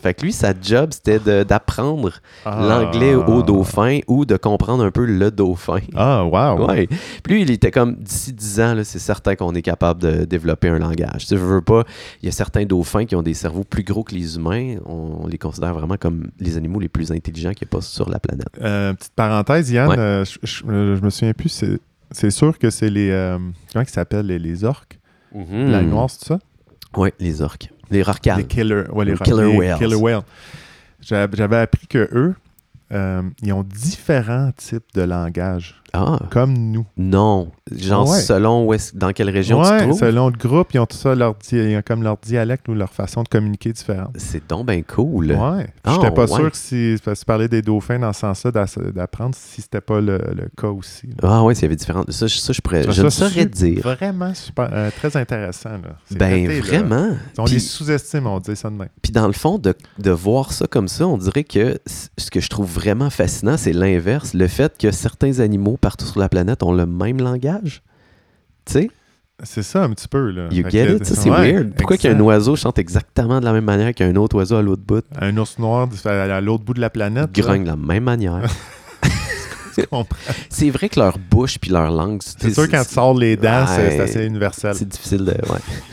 Fait que lui, sa job, c'était de- d'apprendre Ah. l'anglais au dauphin ou de comprendre un peu le dauphin. Ah, wow. Ouais. Puis lui, il était comme d'ici 10 ans, là, c'est certain qu'on est capable de développer un langage. Tu sais, je veux pas, il y a certains dauphins qui ont des cerveaux plus gros que les humains. On, on les considère vraiment comme les animaux les plus intelligents qui passent sur la planète. Euh, petite parenthèse, Yann, Ouais. euh, je, je- euh, je me souviens plus, c'est, c'est sûr que c'est les. euh, comment ils s'appellent les, les orques Mm-hmm. Hmm. La noire, c'est ça Oui, les orques. Les Les rorcales. killer, ouais, les, Les ra- killer les whales. killer whales. J'a- J'avais appris que eux, euh, ils ont différents types de langage, Ah, comme nous. non. Genre, Ah Ouais. selon où est dans quelle région tu te ouais, trouves. selon le groupe, ils ont tout ça, leur, di- ils ont comme leur dialecte ou leur façon de communiquer différente. C'est donc bien cool. Ouais. Ah, J'étais pas ouais. sûr que si, parce que tu parlais des dauphins dans ce sens-là, d'ass- d'apprendre si c'était pas le, le cas aussi. là. Ah oui, s'il y avait différents. Ça, je, ça, je pourrais- je ne Ça, saurais c'est dire. Vraiment super, euh, très intéressant. Là. C'est Ben raté, là. vraiment. On Puis- les sous-estime, on dit ça de même. Puis dans le fond, de, de voir ça comme ça, on dirait que c- ce que je trouve vraiment fascinant, c'est l'inverse. Le fait que certains animaux partout sur la planète ont le même langage. Tu sais, C'est ça un petit peu. Là. you Fait get que- it? Ça, c'est ouais, weird. Pourquoi exact. qu'un oiseau chante exactement de la même manière qu'un autre oiseau à l'autre bout Un ours noir du- à à l'autre bout de la planète. là. grogne de la même manière? comprends. c'est vrai que leur bouche puis leur langue, c'est- C'est sûr, quand tu c'est sors les dents, c'est- Ouais. c'est assez universel. c'est difficile de. ouais.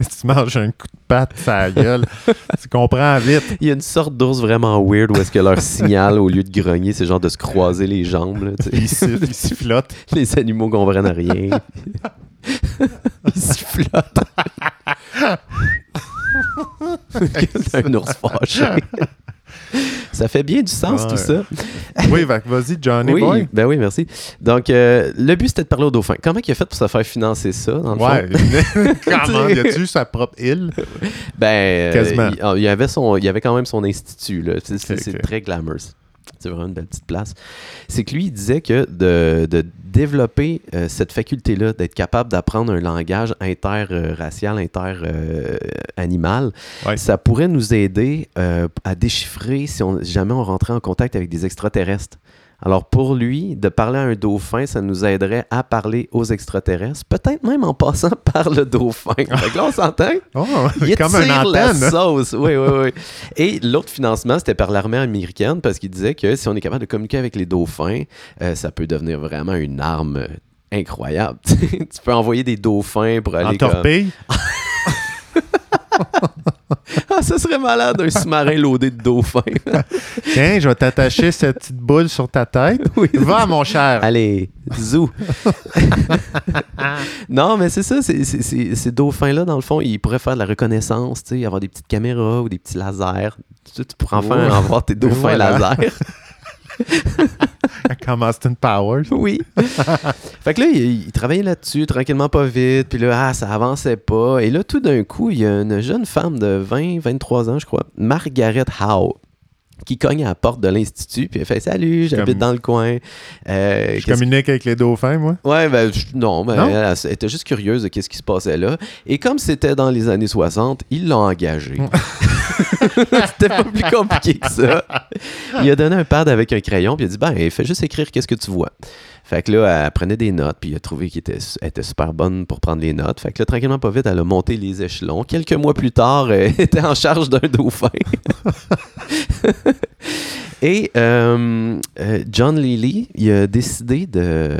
Si tu manges un coup de patte, ça gueule. tu comprends vite. Il y a une sorte d'ours vraiment weird où est-ce que leur signal, au lieu de grogner, c'est genre de se croiser les jambes. là, tu sais. Puis il siffle, il sifflote. Les animaux comprennent rien. Ils se flottent. C'est un ours fâché. ça fait bien du sens, Ouais. tout ça. Oui, fait que vas-y, Johnny oui, Boy. ben oui, merci. Donc, euh, le but, c'était de parler au dauphin. Comment il a fait pour se faire financer ça, dans le Ouais. fond? Comment? Y a-tu sa propre île? Ben, euh, Quasiment. il- ah, il, avait son, il avait quand même son institut. là. C'est c'est- Ok, c'est ok. très glamour. C'est vraiment une belle petite place. C'est que lui, il disait que de, de développer euh, cette faculté-là, d'être capable d'apprendre un langage interracial, inter-animal, Ouais. ça pourrait nous aider euh, à déchiffrer si on, jamais on rentrait en contact avec des extraterrestres. Alors pour lui, de parler à un dauphin, ça nous aiderait à parler aux extraterrestres, peut-être même en passant par le dauphin. Fait que là, on s'entend Oh, il comme une étire la antenne. sauce. Oui, oui, oui. Et l'autre financement, c'était par l'armée américaine parce qu'il disait que si on est capable de communiquer avec les dauphins, euh, ça peut devenir vraiment une arme euh, incroyable. tu peux envoyer des dauphins pour En aller comme... torpille. Ah, ça serait malade, un sous-marin loadé de dauphins. Tiens, je vais t'attacher cette petite boule sur ta tête. Oui. Va, mon cher. Allez, zou. non, mais c'est ça, c'est- c'est- c'est- ces dauphins-là, dans le fond, ils pourraient faire de la reconnaissance, tu sais, avoir des petites caméras ou des petits lasers. Tu, tu pourrais enfin Ouais. avoir tes dauphins Voilà. lasers. Comme Austin Powers. Oui. fait que là, il, il travaillait là-dessus, tranquillement, pas vite. Puis là, ah, ça avançait pas. Et là, tout d'un coup, il y a une jeune femme de 20, 23 ans, je crois, Margaret Howe, qui cogne à la porte de l'Institut. Puis elle fait Salut, j'habite comme- dans le coin. Euh, Je qu'est-ce communique avec les dauphins, moi. Ouais, ben, je- non, ben, Non? Elle, elle était juste curieuse de qu'est-ce qui se passait là. Et comme c'était dans les années 60, ils l'ont engagé. c'était pas plus compliqué que ça. Il a donné un pad avec un crayon, puis il a dit Ben, fais juste écrire qu'est-ce que tu vois. Fait que là, elle prenait des notes, puis il a trouvé qu'elle était, elle était super bonne pour prendre les notes. Fait que là, tranquillement, pas vite, elle a monté les échelons. Quelques mois plus tard, euh, elle était en charge d'un dauphin. Et euh, euh, John Lilly, il a décidé de.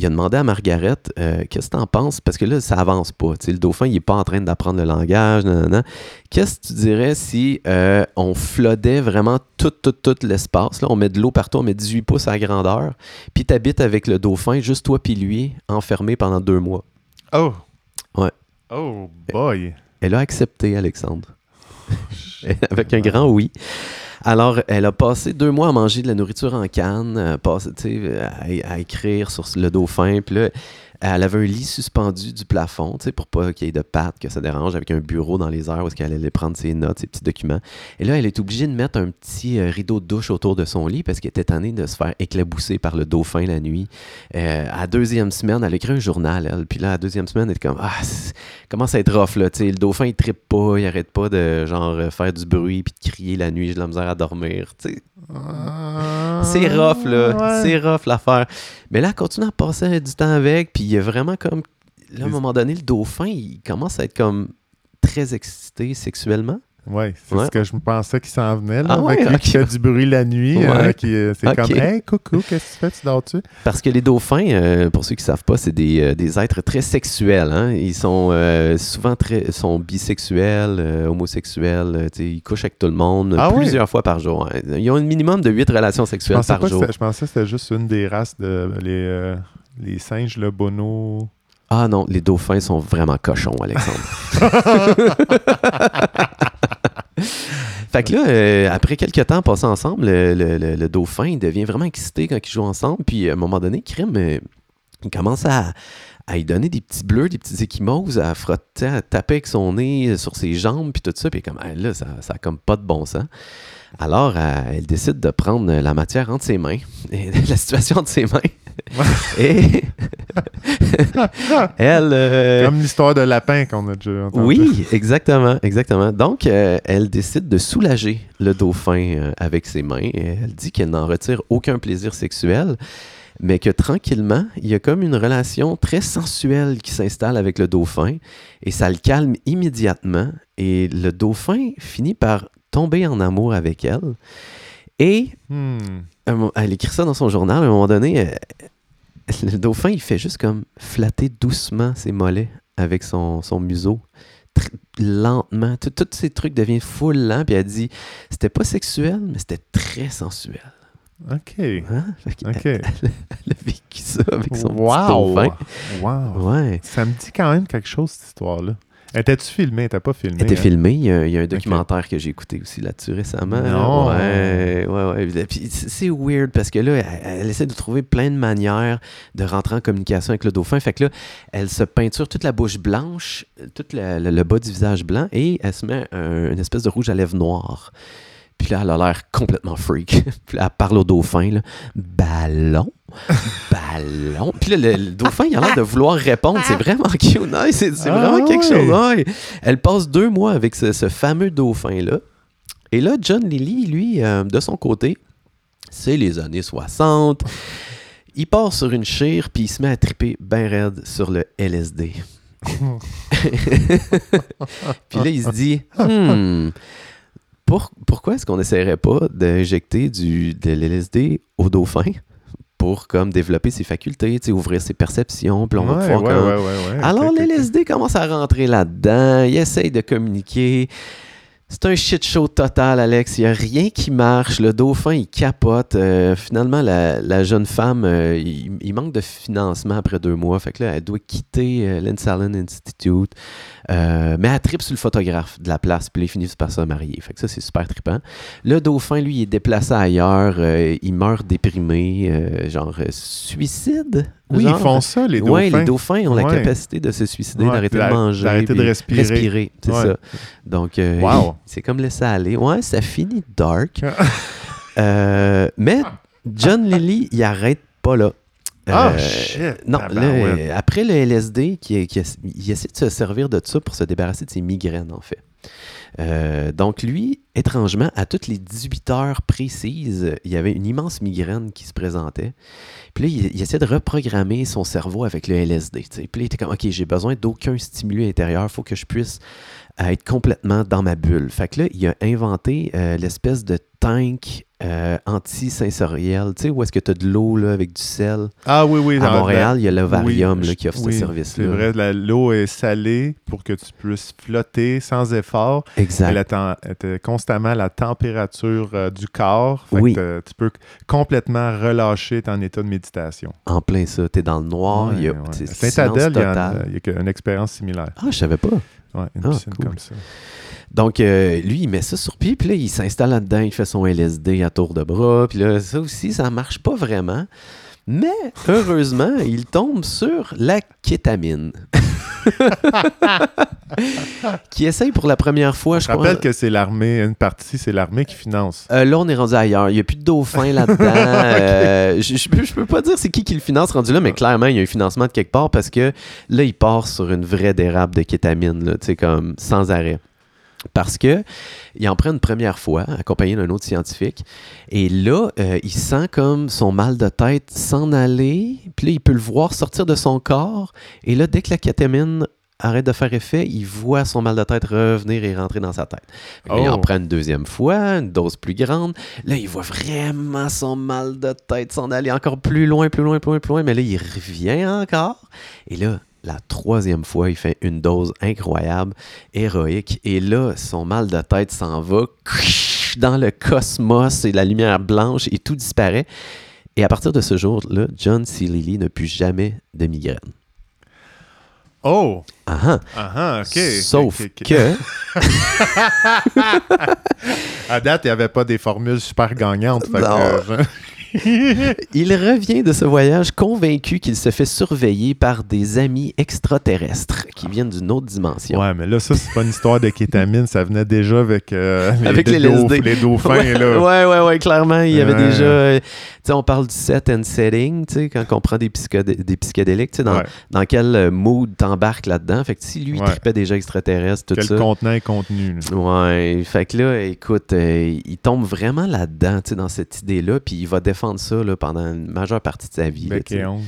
Il a demandé à Margaret euh, Qu'est-ce que t'en penses Parce que là, ça avance pas. tu sais, le dauphin, il est pas en train d'apprendre le langage. nan, nan, nan. Qu'est-ce que tu dirais si euh, on flodait vraiment tout, tout, tout l'espace là, On met de l'eau partout, on met 18 pouces à grandeur. Puis t'habites avec le dauphin, juste toi puis lui, enfermé pendant deux mois. Oh. Ouais. Oh, boy. Elle a accepté, Alexandre. Avec un grand oui. Alors, elle a passé deux mois à manger de la nourriture en canne, euh, passé, tu sais, à, à écrire sur le dauphin. Puis là, elle avait un lit suspendu du plafond, tu sais, pour pas qu'il y ait de pattes, que ça dérange, avec un bureau dans les airs où est-ce qu'elle allait prendre ses notes, ses petits documents. Et là, elle est obligée de mettre un petit euh, rideau de douche autour de son lit parce qu'elle était tannée de se faire éclabousser par le dauphin la nuit. Euh, à la deuxième semaine, elle écrit un journal, elle. Puis là, à la deuxième semaine, elle est comme « Ah, c'est- commence à être rough, là. tu sais. le dauphin, il trippe pas, il arrête pas de genre euh, faire du bruit puis de crier la nuit, j'ai de la misère à dormir. tu sais. C'est rough, là. Ah. Ouais. C'est rough l'affaire. Mais là, elle continue à passer du temps avec, puis il y a vraiment comme. Là, à un Les- moment donné, le dauphin, il commence à être comme très excité sexuellement. Ouais, c'est Ouais. ce que je me pensais qu'il s'en venait, là, Ah avec ouais, lui ok. qui fait du bruit la nuit, Ouais. euh, qui, euh, c'est Ok. comme « Hey, coucou, qu'est-ce que tu fais? Tu dors-tu? Parce que les dauphins, euh, pour ceux qui ne savent pas, c'est des, euh, des êtres très sexuels. hein. Ils sont euh, souvent très, sont bisexuels, euh, homosexuels. euh, tu sais, ils couchent avec tout le monde Ah oui? plusieurs fois par jour. hein. Ils ont un minimum de huit relations Je sexuelles pensais, par pas que jour. c'était- je pensais que c'était juste une des races de les, euh, les singes, le bono. Ah non, les dauphins sont vraiment cochons, Alexandre. fait que là, euh, après quelques temps passés ensemble, le, le- le- le dauphin il devient vraiment excité quand ils jouent ensemble. Puis à un moment donné, Crime, euh, il commence à, à lui donner des petits bleus, des petits échymoses, à frotter, à taper avec son nez sur ses jambes, puis tout ça. Puis comme, Ah, là, ça n'a comme pas de bon sens. Alors, euh, elle décide de prendre la matière entre ses mains, et la situation entre ses mains. et elle. euh, Comme l'histoire de lapin qu'on a déjà entendue. oui, exactement, exactement. Donc, euh, elle décide de soulager le dauphin euh, avec ses mains. Et elle dit qu'elle n'en retire aucun plaisir sexuel, mais que tranquillement, il y a comme une relation très sensuelle qui s'installe avec le dauphin et ça le calme immédiatement. Et le dauphin finit par tomber en amour avec elle. Et Hmm. un mo- elle écrit ça dans son journal. À un moment donné, euh, le dauphin, il fait juste comme flatter doucement ses mollets avec son, son museau. Tr- lentement. Tout- Tous ces trucs deviennent full lent. Puis elle dit, c'était pas sexuel, mais c'était très sensuel. OK. Hein? Fait qu'elle- OK. Elle a vécu ça avec son petit wow. dauphin. Wow. Ouais. Ça me dit quand même quelque chose, cette histoire-là. Étais-tu filmé? T'as pas filmé? Elle était hein? filmée. Il y a, il y a un documentaire que j'ai écouté aussi là-dessus récemment. là. Non. Ouais, ouais, ouais. Puis c'est c'est weird parce que là, elle, elle essaie de trouver plein de manières de rentrer en communication avec le dauphin. Fait que là, elle se peinture toute la bouche blanche, tout le, le- le bas du visage blanc et elle se met un- une espèce de rouge à lèvres noir. Puis là, elle a l'air complètement freak. Puis là, elle parle au dauphin, là. Ballon, ballon. Puis là, le, le dauphin, il a l'air de vouloir répondre. C'est vraiment cute. Non, c'est c'est Ah vraiment quelque ouais. chose. Ouais. Elle passe deux mois avec ce, ce fameux dauphin-là. Et là, John Lilly, lui, euh, de son côté, c'est les années 60. Il part sur une chire, puis il se met à triper ben raide sur le LSD. puis là, il se dit Hmm, pour- pourquoi est-ce qu'on n'essaierait pas d'injecter du, de l'LSD au dauphin pour comme développer ses facultés, tu sais, ouvrir ses perceptions, puis on va Ouais, pouvoir ouais, comme- ouais, ouais, ouais. alors, Ok, ok, ok. l'LSD commence à rentrer là-dedans. Il essaye de communiquer. C'est un shit show total, Alex. Il n'y a rien qui marche. Le dauphin, il capote. Euh, finalement, la, la jeune femme, euh, il, il manque de financement après deux mois. Fait que là, elle doit quitter euh, l'Insalin Institute. Euh, mais elle tripe sur le photographe de la place. Puis là, ils finissent par se marier. Fait que ça, c'est super trippant. Le dauphin, lui, il est déplacé ailleurs. Euh, il meurt déprimé. euh, genre, euh, suicide? Oui, ils Genre, font ça, les dauphins. oui, les dauphins ont la Ouais. capacité de se suicider, Ouais, d'arrêter d'ar- de manger. d'arrêter de puis respirer. c'est Ouais. ça. Donc, euh, Wow. c'est comme laisser aller. Ouais, ça finit dark. Euh, mais John Lilly, il arrête pas là. Ah, ben Euh, shit! Non, là, tabarouette. euh, après le LSD, qui, qui- il essaie de se servir de ça pour se débarrasser de ses migraines, en fait. Euh, donc, lui, étrangement, à toutes les 18 heures précises, il y avait une immense migraine qui se présentait. Puis là, il, il essaie de reprogrammer son cerveau avec le LSD. tu sais. Puis là, il était comme, OK, j'ai besoin d'aucun stimuli intérieur, il faut que je puisse euh, être complètement dans ma bulle. Fait que là, il a inventé euh, l'espèce de tank euh, antisensoriel, tu sais, où est-ce que tu as de l'eau là, avec du sel Ah oui, oui. à dans- Montréal, il y a dans- l'ovarium oui, là, qui offre oui, ce service-là. C'est vrai, la- l'eau est salée pour que tu puisses flotter sans effort. Exact. Elle attend- était constamment à la température euh, du corps. Fait que Oui. t'as- tu peux complètement relâcher ton état de méditation. En plein ça. T'es dans le noir. il y a, Ouais, ouais. c'est silence Saint-Adèle, il y a total. une- il y a une expérience similaire. Ah, je savais pas. Ouais, une Ah, piscine cool. comme ça. Donc, euh, lui, il met ça sur pied, puis là, il s'installe là-dedans, il fait son LSD à tour de bras, puis là, ça aussi, ça marche pas vraiment. Mais, heureusement, il tombe sur la kétamine. qui essaye pour la première fois, je, Je crois. rappelle que c'est l'armée, une partie, c'est l'armée qui finance. Euh, là, on est rendu ailleurs. Il n'y a plus de dauphin là-dedans. Euh, je je peux- je peux pas dire c'est qui qui le finance rendu là, mais clairement, il y a un financement de quelque part parce que là, il part sur une vraie dérape de kétamine, là, tu sais, comme sans arrêt. Parce que il en prend une première fois, accompagné d'un autre scientifique. Et là, euh, il sent comme son mal de tête s'en aller. Puis là, il peut le voir sortir de son corps. Et là, dès que la kétamine arrête de faire effet, il voit son mal de tête revenir et rentrer dans sa tête. Fait que là, Il Oh. en prend une deuxième fois, une dose plus grande. Là, il voit vraiment son mal de tête s'en aller encore plus loin, plus loin, plus loin, plus loin. Mais là, il revient encore. Et là, la troisième fois, il fait une dose incroyable, héroïque. Et là, son mal de tête s'en va dans le cosmos et la lumière blanche et tout disparaît. Et à partir de ce jour-là, John C. Lilly n'a plus jamais de migraine. Oh! Ah ah. Ah, ah, OK. Sauf Ok, ok. que... À date, il n'y avait pas des formules super gagnantes. fait que, Non. euh, Il revient de ce voyage convaincu qu'il se fait surveiller par des amis extraterrestres qui viennent d'une autre je- dimension. Ouais, mais là, ça, c'est pas une histoire de kétamine. Ça venait déjà avec, euh, Avec les dau- LSD. les dauphins. ouais, là. ouais, ouais, ouais, clairement, il y avait Ouais. déjà. euh, tu sais, on parle du set and setting, tu sais, quand on prend des, psychodé- des psychédéliques, tu sais, dans, Ouais. dans quel euh, mood t'embarques là-dedans. Fait que si lui Ouais. tripait déjà extraterrestre, tout Quel ça. contenant est contenu. là. Ouais, fait que là, écoute, euh, il tombe vraiment là-dedans, tu sais, dans cette idée-là, puis il va défendre ça là, pendant une majeure partie de sa vie. là, Bec tu sais. et ongles.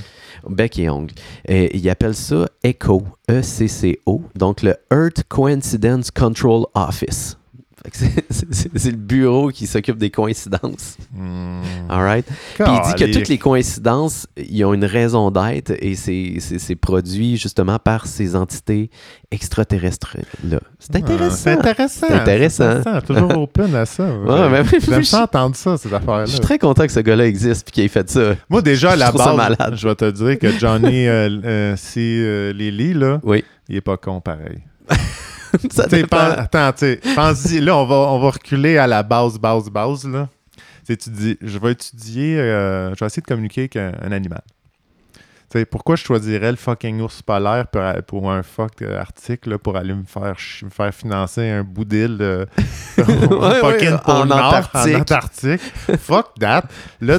bec et ongle. Et il appelle ça E ECHO, E-C-C-O, donc le Earth Coincidence Control Office. Fait que c'est- C'est c'est- c'est le bureau qui s'occupe des coïncidences. Hmm. All right? Puis il dit que Calique. toutes les coïncidences, ils ont une raison d'être et c'est- c'est c'est produit justement par ces entités extraterrestres-là. C'est Ah, C'est intéressant. intéressant. C'est intéressant. C'est Toujours open à ça. mais- J'aime je- ça entendre ça, ces affaires-là. Je suis très content que ce gars-là existe et qu'il ait fait ça. Moi, déjà, à je la trouve ça base, malade. je vais te dire que Johnny euh, euh, C. euh, Lilly, là, Oui. il est pas con pareil. Ça T'sais, dépend. pen- attends, tu pense-y, là, on va, on va reculer à la base, base, base, là. T'sais, tu dis, je vais étudier, euh, je vais essayer de communiquer avec un, un animal. T'sais, pourquoi je choisirais le fucking ours polaire pour, pour un fuck euh, arctique, là, pour aller me faire, chi- me faire financer un bout d'île euh, au Ouais, fucking ouais, pôle en Nord, Antarctique. en Antarctique. Fuck that. Le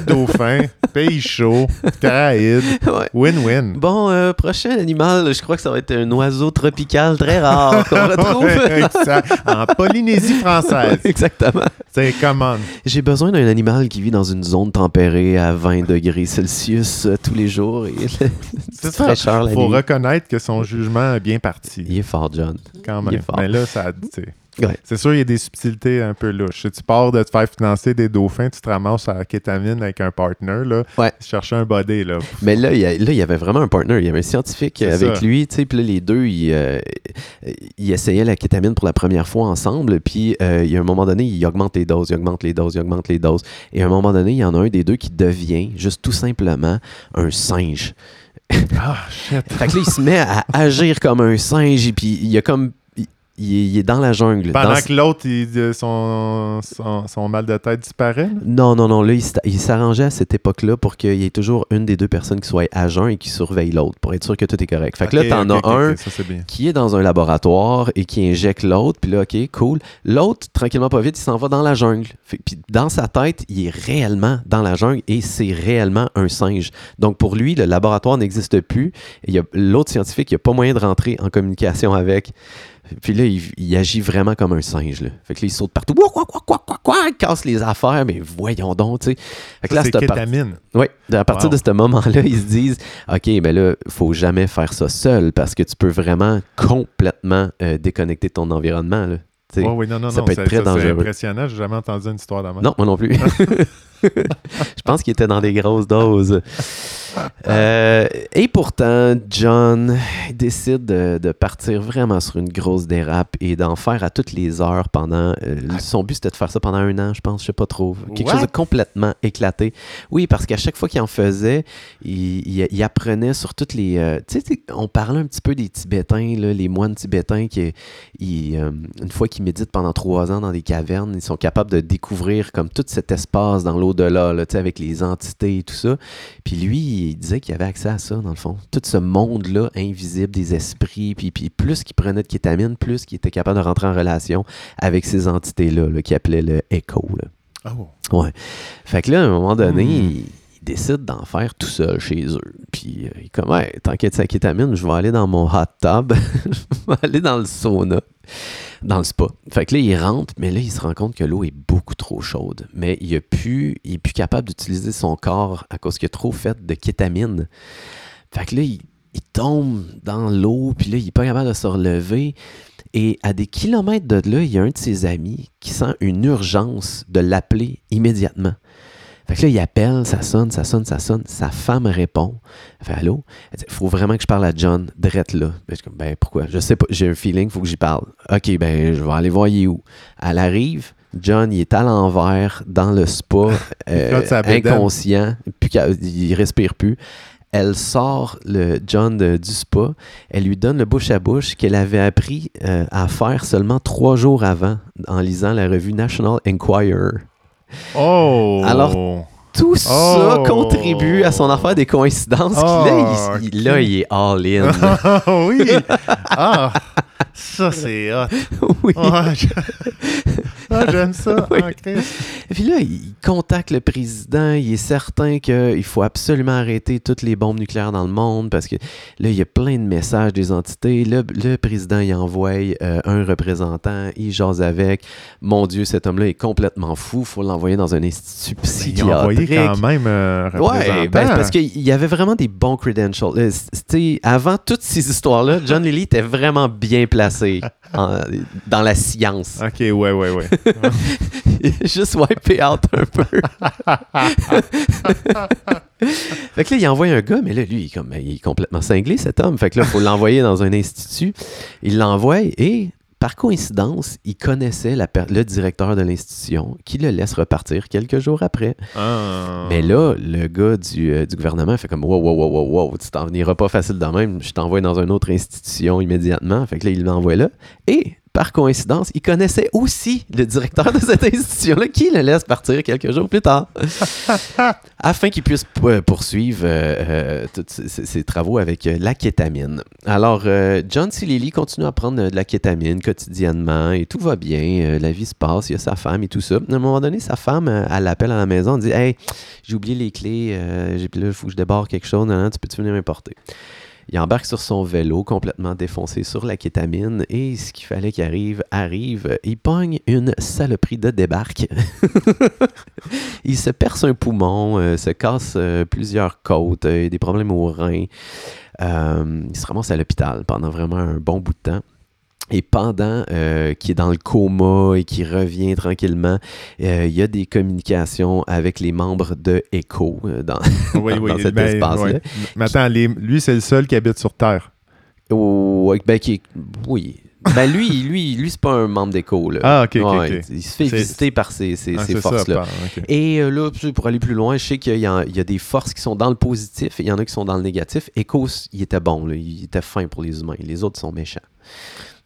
dauphin, pays chaud, Caraïbes, Ouais. win-win. Bon, euh, prochain animal, je crois que ça va être un oiseau tropical très rare qu'on retrouve. Ouais, ça- en Polynésie française. Exactement. C'est common. J'ai besoin d'un animal qui vit dans une zone tempérée à 20 degrés Celsius euh, tous les jours et C'est c'est ça. fraîcheur la Faut nuit. reconnaître que son jugement est bien parti. Il est fort, John. Quand il est même. fort. Mais là, ça. tu sais. Ouais. C'est sûr, il y a des subtilités un peu louches. Si tu pars de te faire financer des dauphins, tu te ramasses à la kétamine avec un partner, là. Ouais. Chercher un body, là. Mais là, il y, a- là, il y avait vraiment un partner. Il y avait un scientifique C'est avec ça. lui. tu sais, Puis là, les deux, ils, euh, ils essayaient la kétamine pour la première fois ensemble. Puis euh, il y a un moment donné, ils augmentent les doses, ils augmentent les doses, ils augmentent les doses. Et à un moment donné, il y en a un des deux qui devient juste tout simplement un singe. Ah, shit. Fait que là, il se met à agir comme un singe, et puis il a comme. Il, il est- il est dans la jungle. Pendant dans- que l'autre, il- euh, son, son, son mal de tête disparaît, là. Non, non, non. Là, il s'ta- il s'arrangeait à cette époque-là pour qu'il y ait toujours une des deux personnes qui soit à jeun et qui surveille l'autre pour être sûr que tout est correct. Fait que Ok, là, t'en ok, as ok, un ok, ça, c'est bien. qui est dans un laboratoire et qui injecte l'autre, puis là, OK, cool. L'autre, tranquillement, pas vite, il s'en va dans la jungle. Fait- Puis dans sa tête, il est réellement dans la jungle et c'est réellement un singe. Donc pour lui, le laboratoire n'existe plus. Et il y a- L'autre scientifique, il n'y a pas moyen de rentrer en communication avec. Puis là, il, il agit vraiment comme un singe. Là. Fait que là, il saute partout. Ouah, ouah, ouah, ouah, ouah, ouah, il casse les affaires, mais voyons donc, tu sais. Fait que Ça, là, c'est cette part- kétamine. oui, à partir Wow. de ce moment-là, ils se disent OK, ben là, faut jamais faire ça seul parce que tu peux vraiment complètement euh, déconnecter de ton environnement. là. Tu sais, Ouais, ouais, non, non, ça non, peut être ça- très ça, C'est dangereux. impressionnant. J'ai jamais entendu une histoire d'amant. Non, moi non plus. Je pense qu'il était dans des grosses doses. Euh, et pourtant, John décide de, de partir vraiment sur une grosse dérape et d'en faire à toutes les heures pendant. euh, son but, c'était de faire ça pendant un an, je pense, je sais pas trop. Quelque What? chose de complètement éclaté. Oui, parce qu'à chaque fois qu'il en faisait, il, il- il apprenait sur toutes les. euh, tu sais, tu sais, on parlait un petit peu des Tibétains, là, les moines tibétains qui, ils, euh, une fois qu'ils méditent pendant trois ans dans des cavernes, ils sont capables de découvrir comme tout cet espace dans l'au- l'au-delà, là, tu sais, avec les entités et tout ça. Puis lui, il disait qu'il avait accès à ça, dans le fond. Tout ce monde-là invisible des esprits. Puis, puis plus qu'il prenait de kétamine, plus qu'il était capable de rentrer en relation avec ces entités-là, là, qu'il appelait le Echo. là. Ah bon. Ouais. Fait que là, à un moment donné, Hmm. ils ils décident d'en faire tout seul chez eux. Puis, euh, ils comme, hey, tant qu'il y a de sa kétamine, je vais aller dans mon hot tub. je vais aller dans le sauna, dans le spa. Fait que là, ils rentrent, mais là, ils se rendent compte que l'eau est beaucoup trop chaude. Mais il n'est plus, il est plus capable d'utiliser son corps à cause qu'il a trop fait de kétamine. Fait que là, il, il tombe dans l'eau, puis là, il n'est pas capable de se relever. Et à des kilomètres de là, il y a un de ses amis qui sent une urgence de l'appeler immédiatement. Fait que là, il appelle, ça sonne, ça sonne, ça sonne. Sa femme répond. Elle fait Allô Elle dit Faut vraiment que je parle à John, drette là. Ben, je suis comme, ben pourquoi Je sais pas, j'ai un feeling, faut que j'y parle. Ok, ben je vais aller voir il est où. Elle arrive, John, il est à l'envers, dans le spa, euh, flotte sa bédaine. inconscient, plus qu'à- il respire plus. Elle sort le John de- du spa, elle lui donne le bouche à bouche qu'elle avait appris euh, à faire seulement trois jours avant en lisant la revue National Enquirer. Oh! Alors, Tout ça Oh! contribue à son affaire des coïncidences. qui, là, il, il- là, il est all-in. Ah, oui! Ah! Ça, c'est hot. oui. Ah, je- Ah, j'aime ça. Oui. Ah, Christ. Et Puis là, il contacte le président. Il est certain qu'il faut absolument arrêter toutes les bombes nucléaires dans le monde parce que là, il y a plein de messages des entités. Le, le président, il envoie euh, un représentant. Il jase avec. Mon Dieu, cet homme-là est complètement fou. Il faut l'envoyer dans un institut Ils ont envoyé psychiatrique. quand même euh, représentant. Ouais, ben, c'est parce qu'il y avait vraiment des bons credentials. Euh, c- c'était- avant toutes ces histoires-là, John Lilly était vraiment bien placé en- dans la science. Ok, ouais, ouais, ouais. Il a Juste wipé out un peu. fait que là, il envoie un gars, mais là, lui, il est, comme, il est complètement cinglé, cet homme. Fait que là, il faut l'envoyer dans un institut. Il l'envoie et, par coïncidence, il connaissait la per- le directeur de l'institution qui le laisse repartir quelques jours après. Ah. Mais là, le gars du, euh, du gouvernement fait comme wow, wow, wow, wow, wow, tu t'en veniras pas facile de même, je t'envoie dans une autre institution immédiatement. Fait que là, il l'envoie là. Et par coïncidence, il connaissait aussi le directeur de cette institution-là qui le laisse partir quelques jours plus tard. afin qu'il puisse p- poursuivre euh, euh, tous ses- ses, ses travaux avec euh, la kétamine. Alors, euh, John C. Lilly continue à prendre euh, de la kétamine quotidiennement et tout va bien. euh, la vie se passe, il y a sa femme et tout ça. À un moment donné, sa femme, euh, elle l'appelle à la maison, elle dit Hey, j'ai oublié les clés, euh, j'ai- là, il faut que je débarre quelque chose, non, non, tu peux-tu venir m'importer il embarque sur son vélo complètement défoncé sur la kétamine et ce qu'il fallait qu'il arrive arrive. Il pogne une saloperie de débarque. il se perce un poumon, euh, se casse euh, plusieurs côtes, euh, des problèmes aux reins. Euh, il se ramasse à l'hôpital pendant vraiment un bon bout de temps. Et pendant euh, qu'il est dans le coma et qu'il revient tranquillement, euh, il y a des communications avec les membres de Echo euh, dans, oui, oui, dans cet ben, espace-là. ouais. Mais attends, les- lui, c'est le seul qui habite sur Terre. Ouais, ben, qui est- oui. Ben lui, lui, lui c'est pas un membre d'écho. là. Ah, ok, ok, Euh, Ouais, ok. Il, il se fait C'est- visiter par ces, ces- Ah, ces c'est ça, forces-là. par- ok. Et euh, là, tu sais, pour aller plus loin, je sais qu'il y, a il y a des forces qui sont dans le positif et il y en a qui sont dans le négatif. Echo, il était bon, là. il était fin pour les humains. Les autres sont méchants.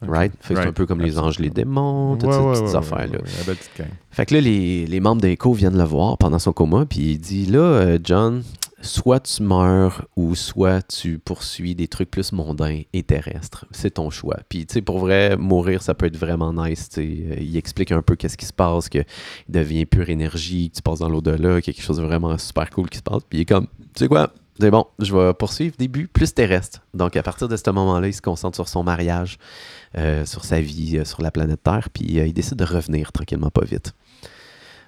Ok. Right? Fait que C'est un Right. peu comme les anges, les démons, toutes Ouais, ces ouais, petites ouais, ouais, affaires-là. ouais, ouais, la belle petite gang. Fait que là, les, les membres d'Echo viennent le voir pendant son coma, puis il dit là, euh, John, soit tu meurs ou soit tu poursuis des trucs plus mondains et terrestres. C'est ton choix. Puis, tu sais, pour vrai, mourir, ça peut être vraiment nice. tu sais. Euh, Il explique un peu qu'est-ce qui se passe, qu'il devient pure énergie, que tu passes dans l'au-delà, qu'il y a quelque chose de vraiment super cool qui se passe. Puis il est comme, tu sais quoi, c'est bon, je vais poursuivre des buts plus terrestres. Donc, à partir de ce moment-là, il se concentre sur son mariage, euh, sur sa vie, euh, sur la planète Terre, puis euh, il décide de revenir tranquillement, pas vite.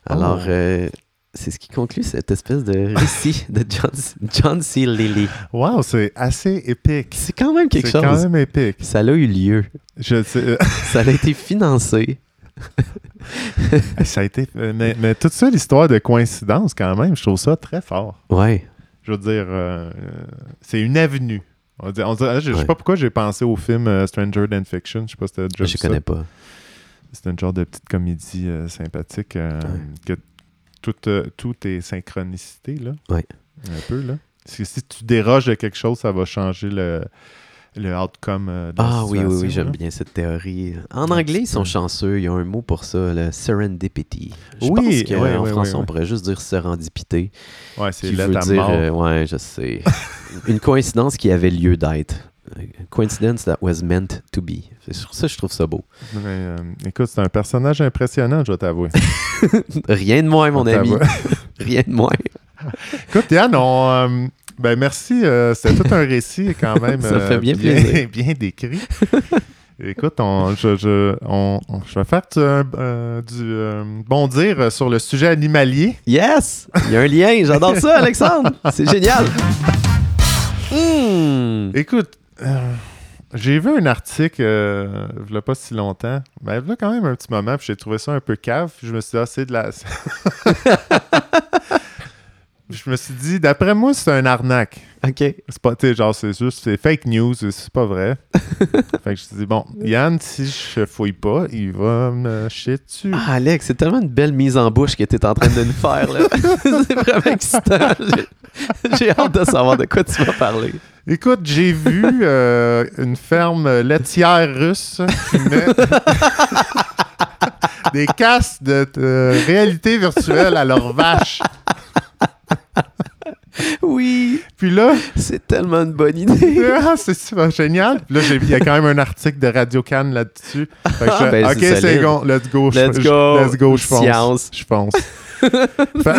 Alors, Oh. euh, c'est ce qui conclut cette espèce de récit de John, John C. Lilly. Wow, c'est assez épique. C'est quand même quelque C'est quand chose. même épique. Ça a eu lieu. Je sais- euh, Ça a été financé. ça a été. Mais, mais toute ça, l'histoire de coïncidence, quand même, je trouve ça très fort. Ouais. Je veux dire, euh, euh, c'est une avenue. On dit- on dirait- je, je Ouais. sais pas pourquoi j'ai pensé au film euh, Stranger Than Fiction. Je sais pas si t'as je déjà vu ça. connais pas. C'est un genre de petite comédie euh, sympathique euh, que tout, euh, tout est synchronicité, là. Ouais. Un peu, là. Si, si tu déroges de quelque chose, ça va changer le, le outcome euh, de la Ah oui, oui, situation, oui, j'aime là. bien cette théorie. En anglais, ils sont chanceux. Il y a un mot pour ça, le serendipity. Je pense Oui, qu'en ouais, ouais, français, ouais, on ouais. pourrait juste dire serendipité. Ouais, c'est qui veut lettre à dire, mort. euh, ouais, je sais. Une coïncidence qui avait lieu d'être. Coincidence that was meant to be. C'est sur ça, je trouve ça beau. Mais, euh, écoute, c'est un personnage impressionnant, je vais t'avouer. Rien de moins, mon Je vais ami. t'avouer. Rien de moins. Écoute, Yann, on, euh, ben merci. euh, C'était tout un récit quand même. euh, Ça fait bien bien, plaisir. bien décrit. Écoute, on, je, je, on- on- je vais faire du, euh, euh, du euh, bondir sur le sujet animalier. Yes! Il y a un lien. J'adore ça, Alexandre. C'est génial. Hmm. Écoute, euh, j'ai vu un article, euh, il pas si longtemps, Ben, mais là quand même un petit moment, puis j'ai trouvé ça un peu cave, puis je me suis dit, ah, c'est de la. je me suis dit, d'après moi, c'est un arnaque. OK. C'est pas, tu sais, genre, c'est juste, c'est fake news, c'est pas vrai. fait que je me suis dit, bon, Yann, si je fouille pas, il va me chier dessus. Ah, Alex, c'est tellement une belle mise en bouche que tu es en train de nous faire. là. c'est vraiment excitant. J'ai- J'ai hâte de savoir de quoi tu vas parler. Écoute, j'ai vu euh, une ferme laitière russe qui met des casques de euh, réalité virtuelle à leurs vaches. Oui, Puis là, c'est tellement une bonne idée. ah, c'est super génial. Puis là, j'ai- il y a quand même un article de Radio Cannes là-dessus. Fait que Ah, je- ben, ok, c'est c'est solide. bon, let's go. je- Let's je- go. let's go, je fonce. Science. Je fonce. Fait-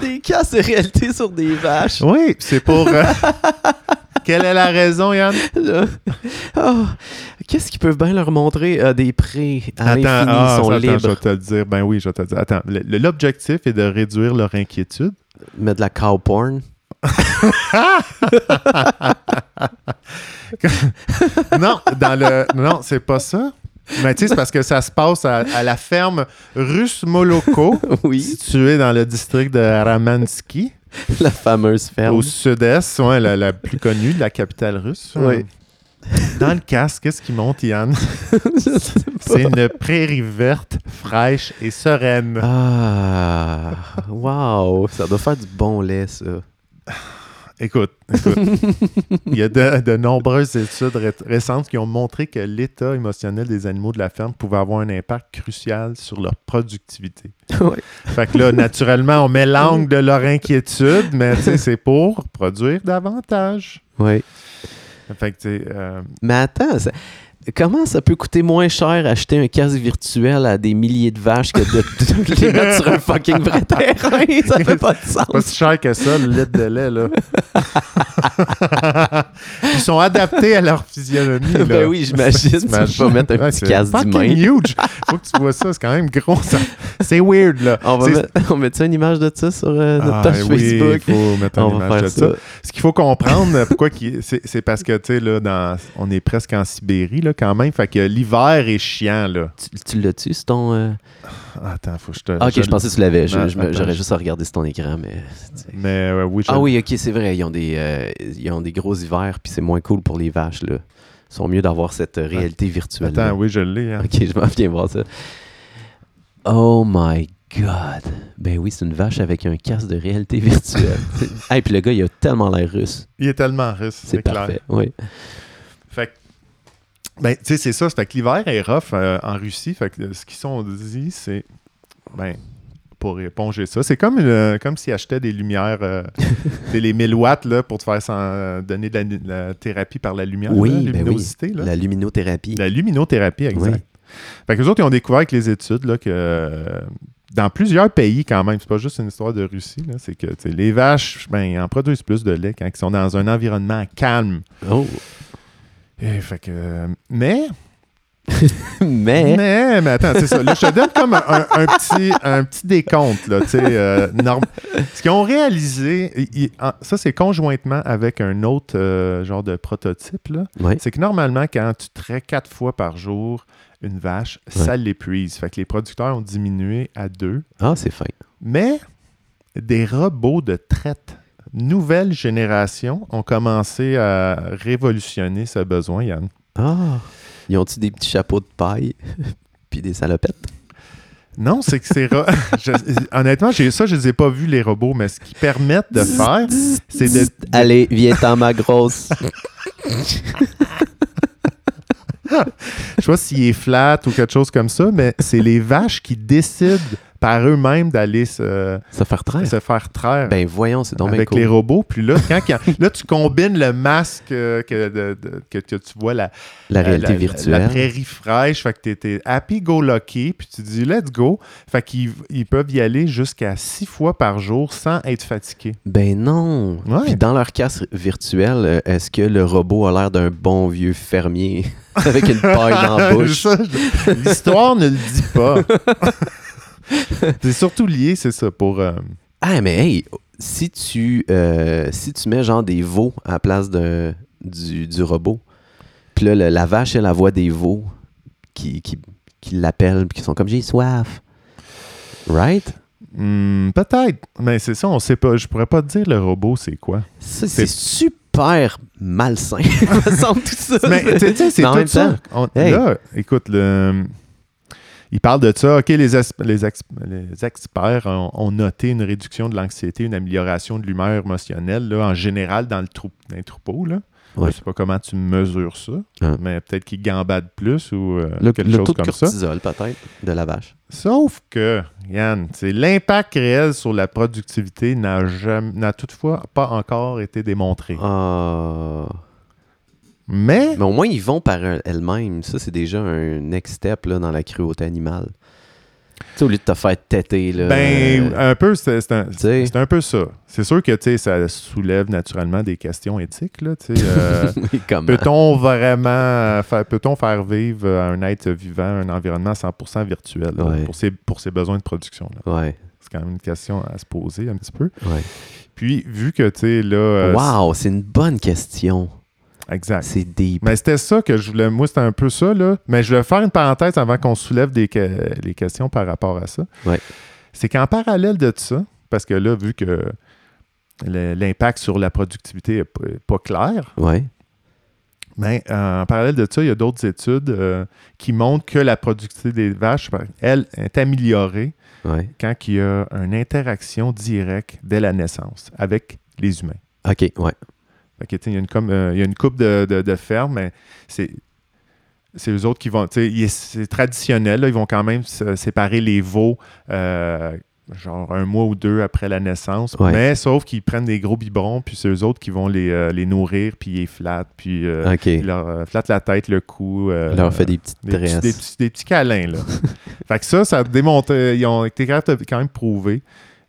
Des casses de réalité sur des vaches. oui, c'est pour. euh, Quelle est la raison, Yann? Là. Oh, Qu'est-ce qu'ils peuvent bien leur montrer? Ah, des prix à l'infini ah, sont attends, je vais libres. te le dire. Ben oui, je vais te le dire. Attends, le- le- l'objectif est de réduire leur inquiétude. Mais de la cow porn. non, dans le. Non, c'est pas ça. Mais tu sais, c'est parce que ça se passe à, à la ferme Russe Moloko, Oui, située dans le district de Ramansky, la fameuse ferme. au sud-est, ouais, la, la plus connue de la capitale russe. Oui. Dans le casque, qu'est-ce qui monte, Yann? Je sais pas. C'est une prairie verte, fraîche et sereine. Ah, wow, ça doit faire du bon lait, ça. Écoute, écoute. il y a de, de nombreuses études ré- récentes qui ont montré que l'état émotionnel des animaux de la ferme pouvait avoir un impact crucial sur leur productivité. Ouais. Fait que là, naturellement, on met l'angle de leur inquiétude, mais tu sais, c'est pour produire davantage. Oui. Fait que tu sais, euh, Mais attends, ça- comment ça peut coûter moins cher acheter un casque virtuel à des milliers de vaches que de, de les mettre sur un fucking vrai terrain? Ça fait pas de pas sens. si cher que ça, le litre de lait, là. Ils sont adaptés à leur physionomie, là. Ben oui, j'imagine. Tu T'imagines? vas mettre un Ouais, petit c'est casque fucking d'humain. huge. Faut que tu vois ça, c'est quand même gros. ça. C'est weird, là. On, va C'est- mettre- on met-tu une image de ça sur euh, notre Ah, page oui, Facebook? faut mettre On une va image de faire ça. ça. Ce qu'il faut comprendre, euh, pourquoi qu'il- c'est c'est parce que, tu sais, là, dans- on est presque en Sibérie, là, quand même. Fait que l'hiver est chiant, là. Tu, tu l'as-tu, c'est ton. euh, Attends, faut que je te. Ah, ok, je, pensais que tu l'avais. Je- Non, je me- attends, J'aurais je- juste à regarder sur ton écran, mais. tu sais. Mais euh, oui, je- Ah oui, ok, c'est vrai. Ils ont des, euh, ils ont des gros hivers, puis c'est moins cool pour les vaches, là. Ils sont mieux d'avoir cette euh, réalité virtuelle. Attends, oui, je l'ai. hein. Ok, je m'en viens voir ça. Oh my god. Ben oui, c'est une vache avec un casque de réalité virtuelle. Et puis le gars, il a tellement l'air russe. Il est tellement riche, c'est C'est clair. parfait. Oui. Fait que- ben, tu sais, c'est ça. Fait que l'hiver est rough euh, en Russie. Fait que euh, ce qu'ils sont dit, c'est. Ben, pour éponger ça. C'est comme, une- comme s'ils achetaient des lumières, euh, c'est les 1000 watts, là, pour te faire sans- euh, donner de la, de la thérapie par la lumière, Oui, là, ben oui. luminosité, là. La luminothérapie. La luminothérapie, exact. Oui. Fait que les autres, ils ont découvert avec les études là, que euh, dans plusieurs pays, quand même, c'est pas juste une histoire de Russie, là, c'est que tu sais, les vaches, ben, ils en produisent plus de lait quand ils sont dans un environnement calme. Oh. Et fait que, euh, mais, Mais. mais, mais attends, c'est ça. Là, je te donne comme un, un- un petit, un petit décompte. Là, tu sais, euh, norm- Ce qu'ils ont réalisé, i- i- en- ça, c'est conjointement avec un autre euh, genre de prototype. Là. Oui. C'est que normalement, quand tu traites quatre fois par jour une vache, ça l'épuise. Fait que les producteurs ont diminué à deux. Ah, c'est fin. Mais des robots de traite nouvelle génération ont commencé à révolutionner ce besoin, Yann. Ah. Ils ont-tu des petits chapeaux de paille? puis des salopettes? Non, c'est que c'est. ro- je- Honnêtement, j'ai- ça, je ne les ai pas vus, les robots, mais ce qu'ils permettent de faire, c'est de. Allez, viens t'en ma grosse. Je sais pas s'il est flat ou quelque chose comme ça, mais c'est les vaches qui décident par eux-mêmes d'aller se, Ça faire traire. se faire traire. Ben voyons, c'est donc bien avec cool. les robots. Puis là, quand, quand- là, tu combines le masque euh, que, de- de- que- que tu vois, la, La la- réalité la- virtuelle. la prairie fraîche. Fait que t'es- t'es happy-go-lucky. Puis tu dis, let's go. Fait qu'ils ils peuvent y aller jusqu'à six fois par jour sans être fatigués. Ben non. Ouais. Puis dans leur casse virtuelle, euh, est-ce que le robot a l'air d'un bon vieux fermier avec une paille dans la bouche? Ça, je- L'histoire ne le dit pas. c'est surtout lié, c'est ça, pour. euh, Ah, mais hey, si tu, euh, si tu mets genre des veaux à la place de, du, du robot, puis là, le- la vache, elle, la voit des veaux qui, qui, qui l'appellent, puis qui sont comme j'ai soif. Right? hmm, Peut-être, mais c'est ça, on sait pas. Je pourrais pas te dire le robot, c'est quoi. Ça, c'est C'est- super malsain, il me semble, tout ça. Mais tu sais, tu sais, c'est Mais en tout même ça. temps, On- hey. Là, écoute, le- il parle de ça. OK, les, as- les, ex- les experts ont, ont noté une réduction de l'anxiété, une amélioration de l'humeur émotionnelle, là, en général, dans le, trou, dans le troupeau. Là. Ouais. Je sais pas comment tu mesures ça, Hein. mais peut-être qu'ils gambadent plus ou euh, le, quelque le chose taux de comme ça. cortisol, peut-être, de la vache. Sauf que, Yann, c'est l'impact réel sur la productivité n'a jamais- n'a toutefois pas encore été démontré. Ah. Mais Mais au moins, ils vont par un- elles-mêmes. Ça, c'est déjà un next step là, dans la cruauté animale. Tu sais, au lieu de te faire têter, là. Ben, euh, un peu, c'est c'est un, tu sais. c'est un peu ça. C'est sûr que, tu sais, ça soulève naturellement des questions éthiques, là, tu sais. euh, comment? Peut-on vraiment euh, faire, peut-on faire vivre euh, un être vivant un environnement 100% virtuel là, Ouais. pour, ses, pour ses besoins de production? là? Ouais, C'est quand même une question à se poser un petit peu. ouais. Puis, vu que, tu sais, là... euh, wow, c'est une bonne question. c'est- Exact. C'est deep. Mais c'était ça que je voulais. Moi, c'était un peu ça, là. Mais je voulais faire une parenthèse avant qu'on soulève des que- les questions par rapport à ça. Ouais. C'est qu'en parallèle de ça, parce que là, vu que le- l'impact sur la productivité n'est pas pas clair, Ouais. mais euh, en parallèle de ça, il y a d'autres études euh, qui montrent que la productivité des vaches, par- elle, est améliorée Ouais. quand il y a une interaction directe dès la naissance avec les humains. OK, ouais. Fait que, tu sais, il y a une, com- euh, il y a une coupe de, de, de fermes, mais c'est. C'est eux autres qui vont. tu sais, il- C'est traditionnel, là, ils vont quand même se- séparer les veaux, euh, genre un mois ou deux après la naissance. Ouais. Mais sauf qu'ils prennent des gros biberons, puis c'est eux autres qui vont les, euh, les nourrir, puis ils les flattent, puis euh, OK. ils leur euh, flattent la tête, le cou. euh, On leur fait des petites des petits, tresses. des petits- des petits câlins. Là. fait que ça, ça démontre. euh, Ils ont été capables de quand même prouver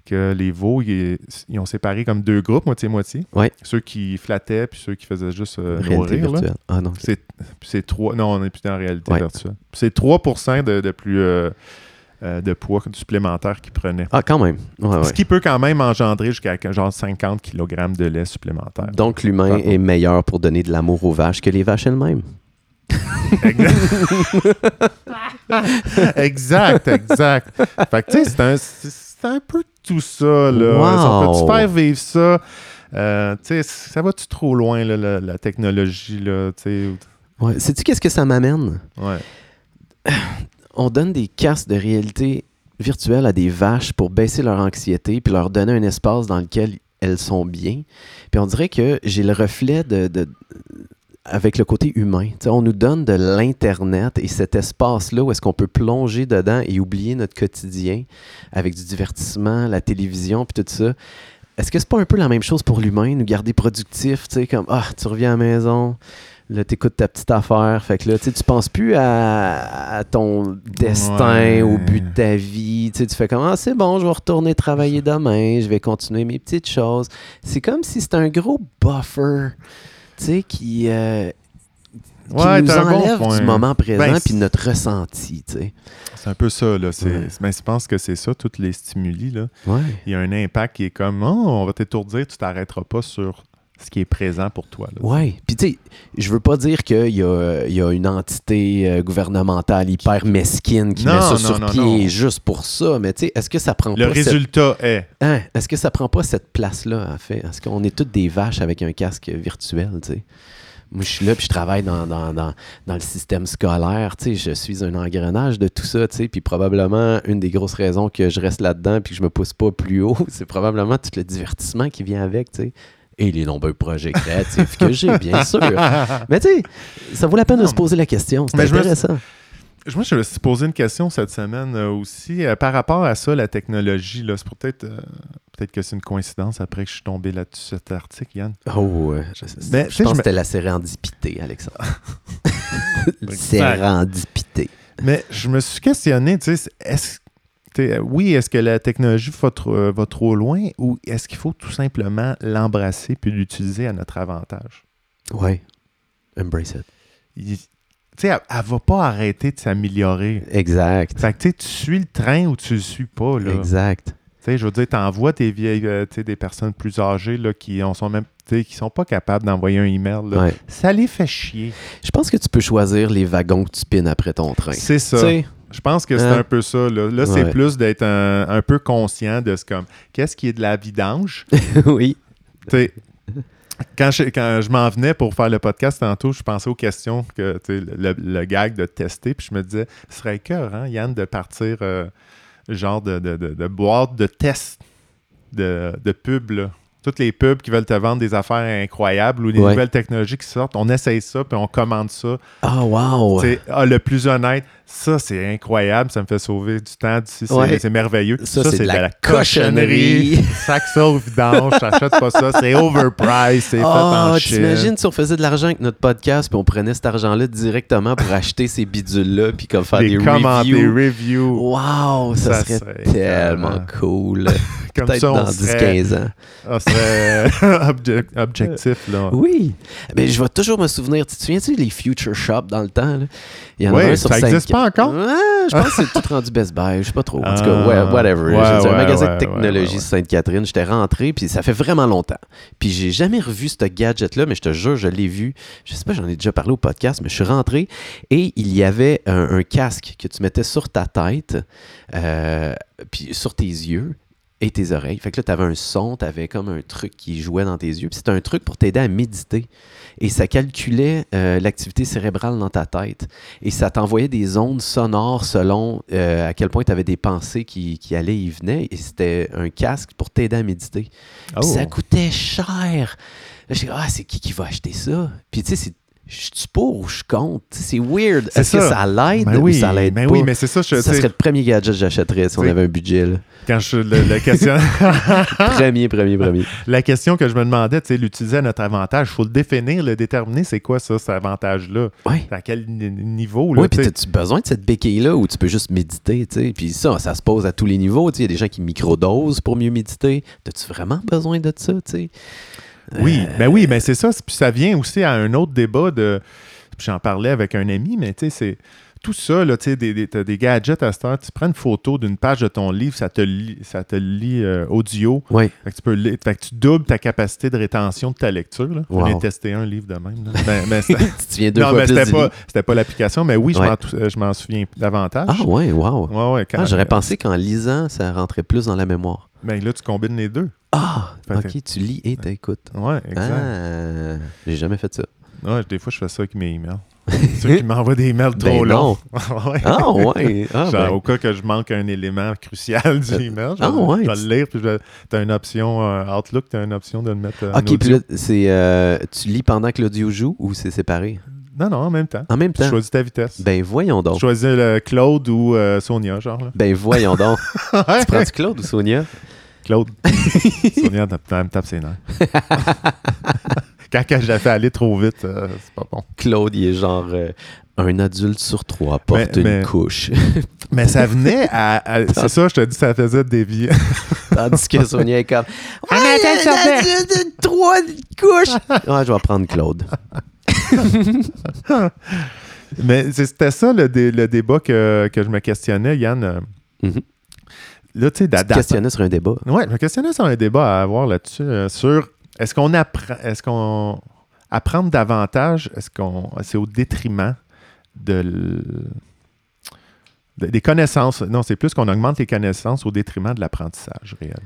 que les veaux, ils, ils ont séparé comme deux groupes, moitié-moitié. Ouais. Ceux qui flattaient, puis ceux qui faisaient juste euh, Réalité nourrir. là. virtuelle. Ah non. ok. C'est- Puis c'est 3. Non, on n'est plus dans la réalité Ouais. virtuelle. Puis c'est 3 de, de plus. euh, euh, de poids supplémentaire qu'ils prenaient. Ah, quand même. Ouais, ouais. Ce qui peut quand même engendrer jusqu'à genre 50 kg de lait supplémentaire. Donc, l'humain Pardon. est meilleur pour donner de l'amour aux vaches que les vaches elles-mêmes. exact, exact. Fait que, tu sais, c'est un, c'est- c'est un peu tout ça, là. Wow. On peut-tu faire vivre ça? Euh, tu sais, ça va-tu trop loin, là, la, la technologie, là, tu sais? ou- Ouais. Sais-tu qu'est-ce que ça m'amène? Ouais. on donne des casques de réalité virtuelle à des vaches pour baisser leur anxiété puis leur donner un espace dans lequel elles sont bien. Puis on dirait que j'ai le reflet de, de- avec le côté humain. Tu sais, on nous donne de l'Internet et cet espace-là où est-ce qu'on peut plonger dedans et oublier notre quotidien avec du divertissement, la télévision, puis tout ça. Est-ce que c'est pas un peu la même chose pour l'humain, nous garder productif, tu sais, comme ah, tu reviens à la maison, là, t'écoutes ta petite affaire, fait que là, tu sais, tu penses plus à, à ton destin, Ouais. au but de ta vie, tu sais, tu fais comme ah, c'est bon, je vais retourner travailler demain, je vais continuer mes petites choses. C'est comme si c'était un gros buffer, tu sais, qui, euh, qui Ouais, nous t'as un bon enlève point. du moment présent Ben, puis de notre ressenti, tu sais. C'est un peu ça, là. c'est- Ouais. Mais je pense que c'est ça, tous les stimuli, là. Ouais. Il y a un impact qui est comme, oh, on va t'étourdir, tu t'arrêteras pas sur ce qui est présent pour toi, là. Ouais. Puis tu sais, je veux pas dire qu'il y a, il y a une entité euh, gouvernementale hyper mesquine qui Non, met ça non, sur non, pied non. juste pour ça, mais tu sais, est-ce que ça prend Le pas cette... résultat est. Hein? Est-ce que ça prend pas cette place-là, en fait? Est-ce qu'on est toutes des vaches avec un casque virtuel, tu sais? Moi, je suis là, puis je travaille dans, dans, dans, dans le système scolaire. Tu sais, je suis un engrenage de tout ça. Tu sais, puis probablement, une des grosses raisons que je reste là-dedans puis que je me pousse pas plus haut, c'est probablement tout le divertissement qui vient avec. Tu sais. Et les nombreux projets créatifs que j'ai, bien sûr. Mais tu sais, ça vaut la peine de se poser la question. C'est Mais je me- intéressant. Je- Moi, je me suis posé une question cette semaine euh, aussi euh, par rapport à ça, la technologie. là. C'est pour peut-être euh, peut-être que c'est une coïncidence après que je suis tombé là-dessus cet article, Yann. Oh, ouais. je, Mais, tu je sais, pense que je me- c'était la sérendipité, Alexandre. Exact. sérendipité. Mais je me suis questionné, tu sais, c'est- est-ce tu sais, euh, oui, est-ce que la technologie va, tr- euh, va trop loin ou est-ce qu'il faut tout simplement l'embrasser puis l'utiliser à notre avantage? Ouais. Embrace it. Il- Tu sais, elle, elle va pas arrêter de s'améliorer. Exact. Fait que, tu sais, tu suis le train ou tu le suis pas, là. Exact. Tu sais, je veux dire, t'envoies tes vieilles, euh, tu sais, des personnes plus âgées là, qui en sont même, tu sais, qui sont pas capables d'envoyer un email. Là. Ouais. Ça les fait chier. Je pense que tu peux choisir les wagons que tu pines après ton train. C'est ça. Tu sais, Je pense que c'est Hein? un peu ça. Là, Là, c'est Ouais. plus d'être un, un peu conscient de ce comme qu'est-ce qui est de la vidange. oui. Tu sais, quand je, quand je m'en venais pour faire le podcast tantôt, je pensais aux questions que tu sais, le, le gag de tester, puis je me disais, ce serait cœur, hein, Yann, de partir euh, genre de, de, de- de boîte de test de, de pub. là. Toutes les pubs qui veulent te vendre des affaires incroyables ou des Ouais. nouvelles technologies qui sortent, on essaye ça, puis on commande ça. Ah, wow. Tu sais, ah, le plus honnête, ça c'est incroyable, ça me fait sauver du temps, du- c'est Ouais. c'est merveilleux. Ça, c'est de la cochonnerie. Sac ça au vidange, t'achètes pas ça, c'est overpriced, c'est fait Oh, en Chine. t'imagines si on faisait de l'argent avec notre podcast, puis on prenait cet argent-là directement pour acheter ces bidules-là, puis comme faire des, Des commentaires, des reviews. Oh, reviews. Wow, ça, Ça serait, serait tellement écœurant. cool. Comme Peut-être ça, on dans serait, 10-15 ans. on serait object- objectif. Là. Oui. Mais je vais toujours me souvenir. Tu te souviens-tu les Future Shop dans le temps? là? Il y en Oui, a un sur ça existe cinq- pas encore? Ouais, je pense que c'est tout rendu Best Buy. Je sais pas trop. En tout Ah. cas, ouais, whatever. Ouais, J'étais ouais, un magasin ouais, de technologie ouais, ouais. Sainte-Catherine. J'étais rentré, puis ça fait vraiment longtemps. Puis j'ai jamais revu ce gadget-là, mais je te jure, je l'ai vu. Je sais pas, j'en ai déjà parlé au podcast, mais je suis rentré et il y avait un, un casque que tu mettais sur ta tête, euh, puis sur tes yeux et tes oreilles. Fait que là, tu avais un son, tu avais comme un truc qui jouait dans tes yeux. Puis c'était un truc pour t'aider à méditer. Et ça calculait euh, l'activité cérébrale dans ta tête. Et ça t'envoyait des ondes sonores selon euh, à quel point tu avais des pensées qui, qui allaient et venaient. Et c'était un casque pour t'aider à méditer. Oh. Puis ça coûtait cher. Là, je dis, ah, c'est qui qui va acheter ça? Puis tu sais, c'est. Je suis pour ou je compte? Tu sais, C'est weird. C'est Est-ce que ça. ça l'aide Ben ou oui, ça l'aide ben pas? oui, mais c'est ça, je, tu ça sais, serait le premier gadget que j'achèterais si on T'sais- avait un budget. là. quand je le, le question, Premier, premier, premier. la question que je me demandais, tu sais, l'utiliser à notre avantage, il faut le définir, le déterminer, c'est quoi ça, cet avantage-là? Ah. Ouais. À quel ni- niveau? Là, Oui, tu puis sais? as-tu besoin de cette béquille-là où tu peux juste méditer, tu sais? Puis ça, ça se pose à tous les niveaux, tu sais. Il y a des gens qui microdosent pour mieux méditer. T'as-tu vraiment besoin de ça, tu sais? Oui, euh, ben oui, mais c'est ça. C'est- Puis ça vient aussi à un autre débat de. puis J'en parlais avec un ami, mais tu sais, c'est. Tout ça, là, tu sais, des, des, t'as des gadgets à cette heure, tu prends une photo d'une page de ton livre, ça te lit, ça te lit euh, audio. Oui. Fait que tu peux lire- fait que tu doubles ta capacité de rétention de ta lecture. là. Wow. J'en ai testé un livre de même. là. Ben, ben, c'est- tu viens deux non, fois mais plus c'était du pas, lit. c'était pas l'application, mais oui, je Ouais. m'en tou- euh, je m'en souviens davantage. Ah ouais, wow. ouais, ouais, quand- Ah, J'aurais pensé qu'en lisant, ça rentrait plus dans la mémoire. Ben là, tu combines les deux. Ah! Fait que- OK, tu lis et t'écoutes. Ouais, exact. Ah! J'ai jamais fait ça. Ouais, des fois, je fais ça avec mes emails. Ceux qui m'envoient des emails Ben trop longs. non. Ouais. Ah ouais! Ah, Genre, ben, au cas que je manque un élément crucial du Euh, email, je, ah vais- ouais, je vais tu- le lire, puis je vais- t'as une option euh, Outlook, t'as une option de le mettre euh, en OK, puis audio. là, c'est... euh, tu lis pendant que l'audio joue ou c'est séparé? Non, non, en même temps. En même Tu temps? choisis ta vitesse. Ben voyons Tu donc. choisis le Claude ou euh, Sonia, genre. Là. Ben voyons donc. tu prends du Claude ou Sonia? Claude. Sonia, elle me tape- elle me tape ses nerfs. Quand que je la fais aller trop vite, euh, c'est pas bon. Claude, il est genre euh, un adulte sur trois porte Mais- une mais- couche. Mais ça venait à. à- c'est ça, je te dis, ça faisait dévier. Tandis que Sonia est comme Ouais, Ah, mais attends, un ça fait- adulte de trois couches. Ouais, je vais prendre Claude. Mais c'est- c'était ça le, dé- le débat que, que je me questionnais, Yann. euh. Mhm. Là, tu sais, Tu te d'adapter. questionnais sur un débat. Oui, je me questionnais sur un débat à avoir là-dessus, euh, sur est-ce qu'on apprend, est-ce qu'on apprendre davantage, est-ce qu'on c'est au détriment de, l- de- des connaissances. Non, c'est plus qu'on augmente les connaissances au détriment de l'apprentissage réel.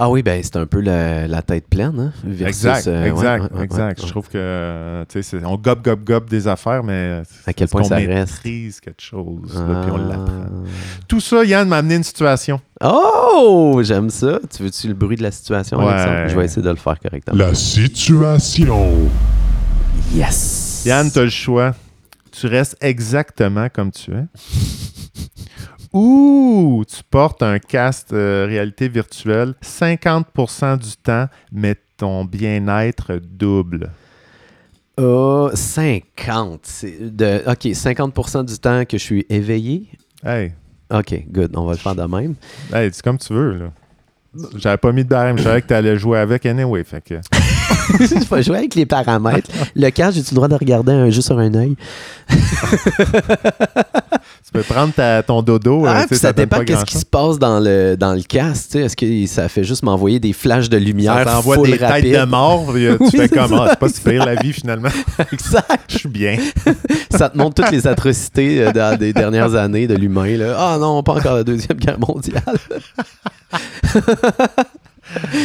Ah oui, ben c'est un peu la, la tête pleine. Hein, versus, exact, euh, ouais, exact, ouais, ouais, exact. ouais. Je trouve que, euh, tu sais, c'est- on gobe, gobe, gobe des affaires, mais À quel point on ça reste. maîtrise quelque chose, là, puis on l'apprend. Ah. Tout ça, Yann m'a amené une situation. Oh, j'aime ça. Tu veux-tu le bruit de la situation, Ouais. Alexandre? Je vais essayer de le faire correctement. La situation. Yes! Yann, tu as le choix. Tu restes exactement comme tu es. Ou tu portes un casque euh, réalité virtuelle 50% du temps, mais ton bien-être double. Ah, 50. c'est De, OK, 50 du temps que je suis éveillé. Hey, OK, good. On va le faire de même. hey c'est comme tu veux. là. J'avais pas mis de barème, je savais que tu allais jouer avec anyway. Fait que... je vais jouer avec les paramètres. Le cas, j'ai-tu le droit de regarder un jeu sur un œil? Tu peux prendre ta- ton dodo. euh, Ah, tu sais, puis ça donne dépend pas qu'est-ce qui grand-chose. se passe dans le, dans le casque. tu sais. Est-ce que ça fait juste m'envoyer des flashs de Ça lumière t'envoie full des rapide? têtes de mort. puis, euh, Tu Oui, fais c'est comment? ça, C'est pas si pire la vie finalement. Exact. Je suis bien. Ça te montre toutes les atrocités euh, dans- des dernières années de l'humain. là. Ah non, pas encore la Deuxième Guerre mondiale.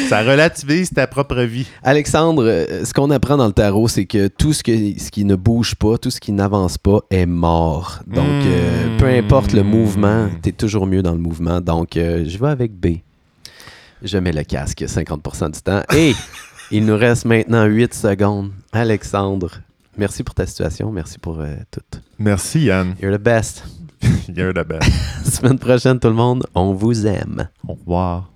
Ça relativise ta propre vie. Alexandre, euh, ce qu'on apprend dans le tarot, c'est que tout ce, que, ce qui ne bouge pas, tout ce qui n'avance pas est mort. Donc, Mmh. euh, peu importe le mouvement, tu es toujours mieux dans le mouvement. Donc, euh, je vais avec B. Je mets le casque 50% du temps. Et il nous reste maintenant 8 secondes. Alexandre, merci pour ta situation. Merci pour euh, tout. Merci Yann. You're the best. You're the best. Semaine prochaine, tout le monde, on vous aime. Au revoir.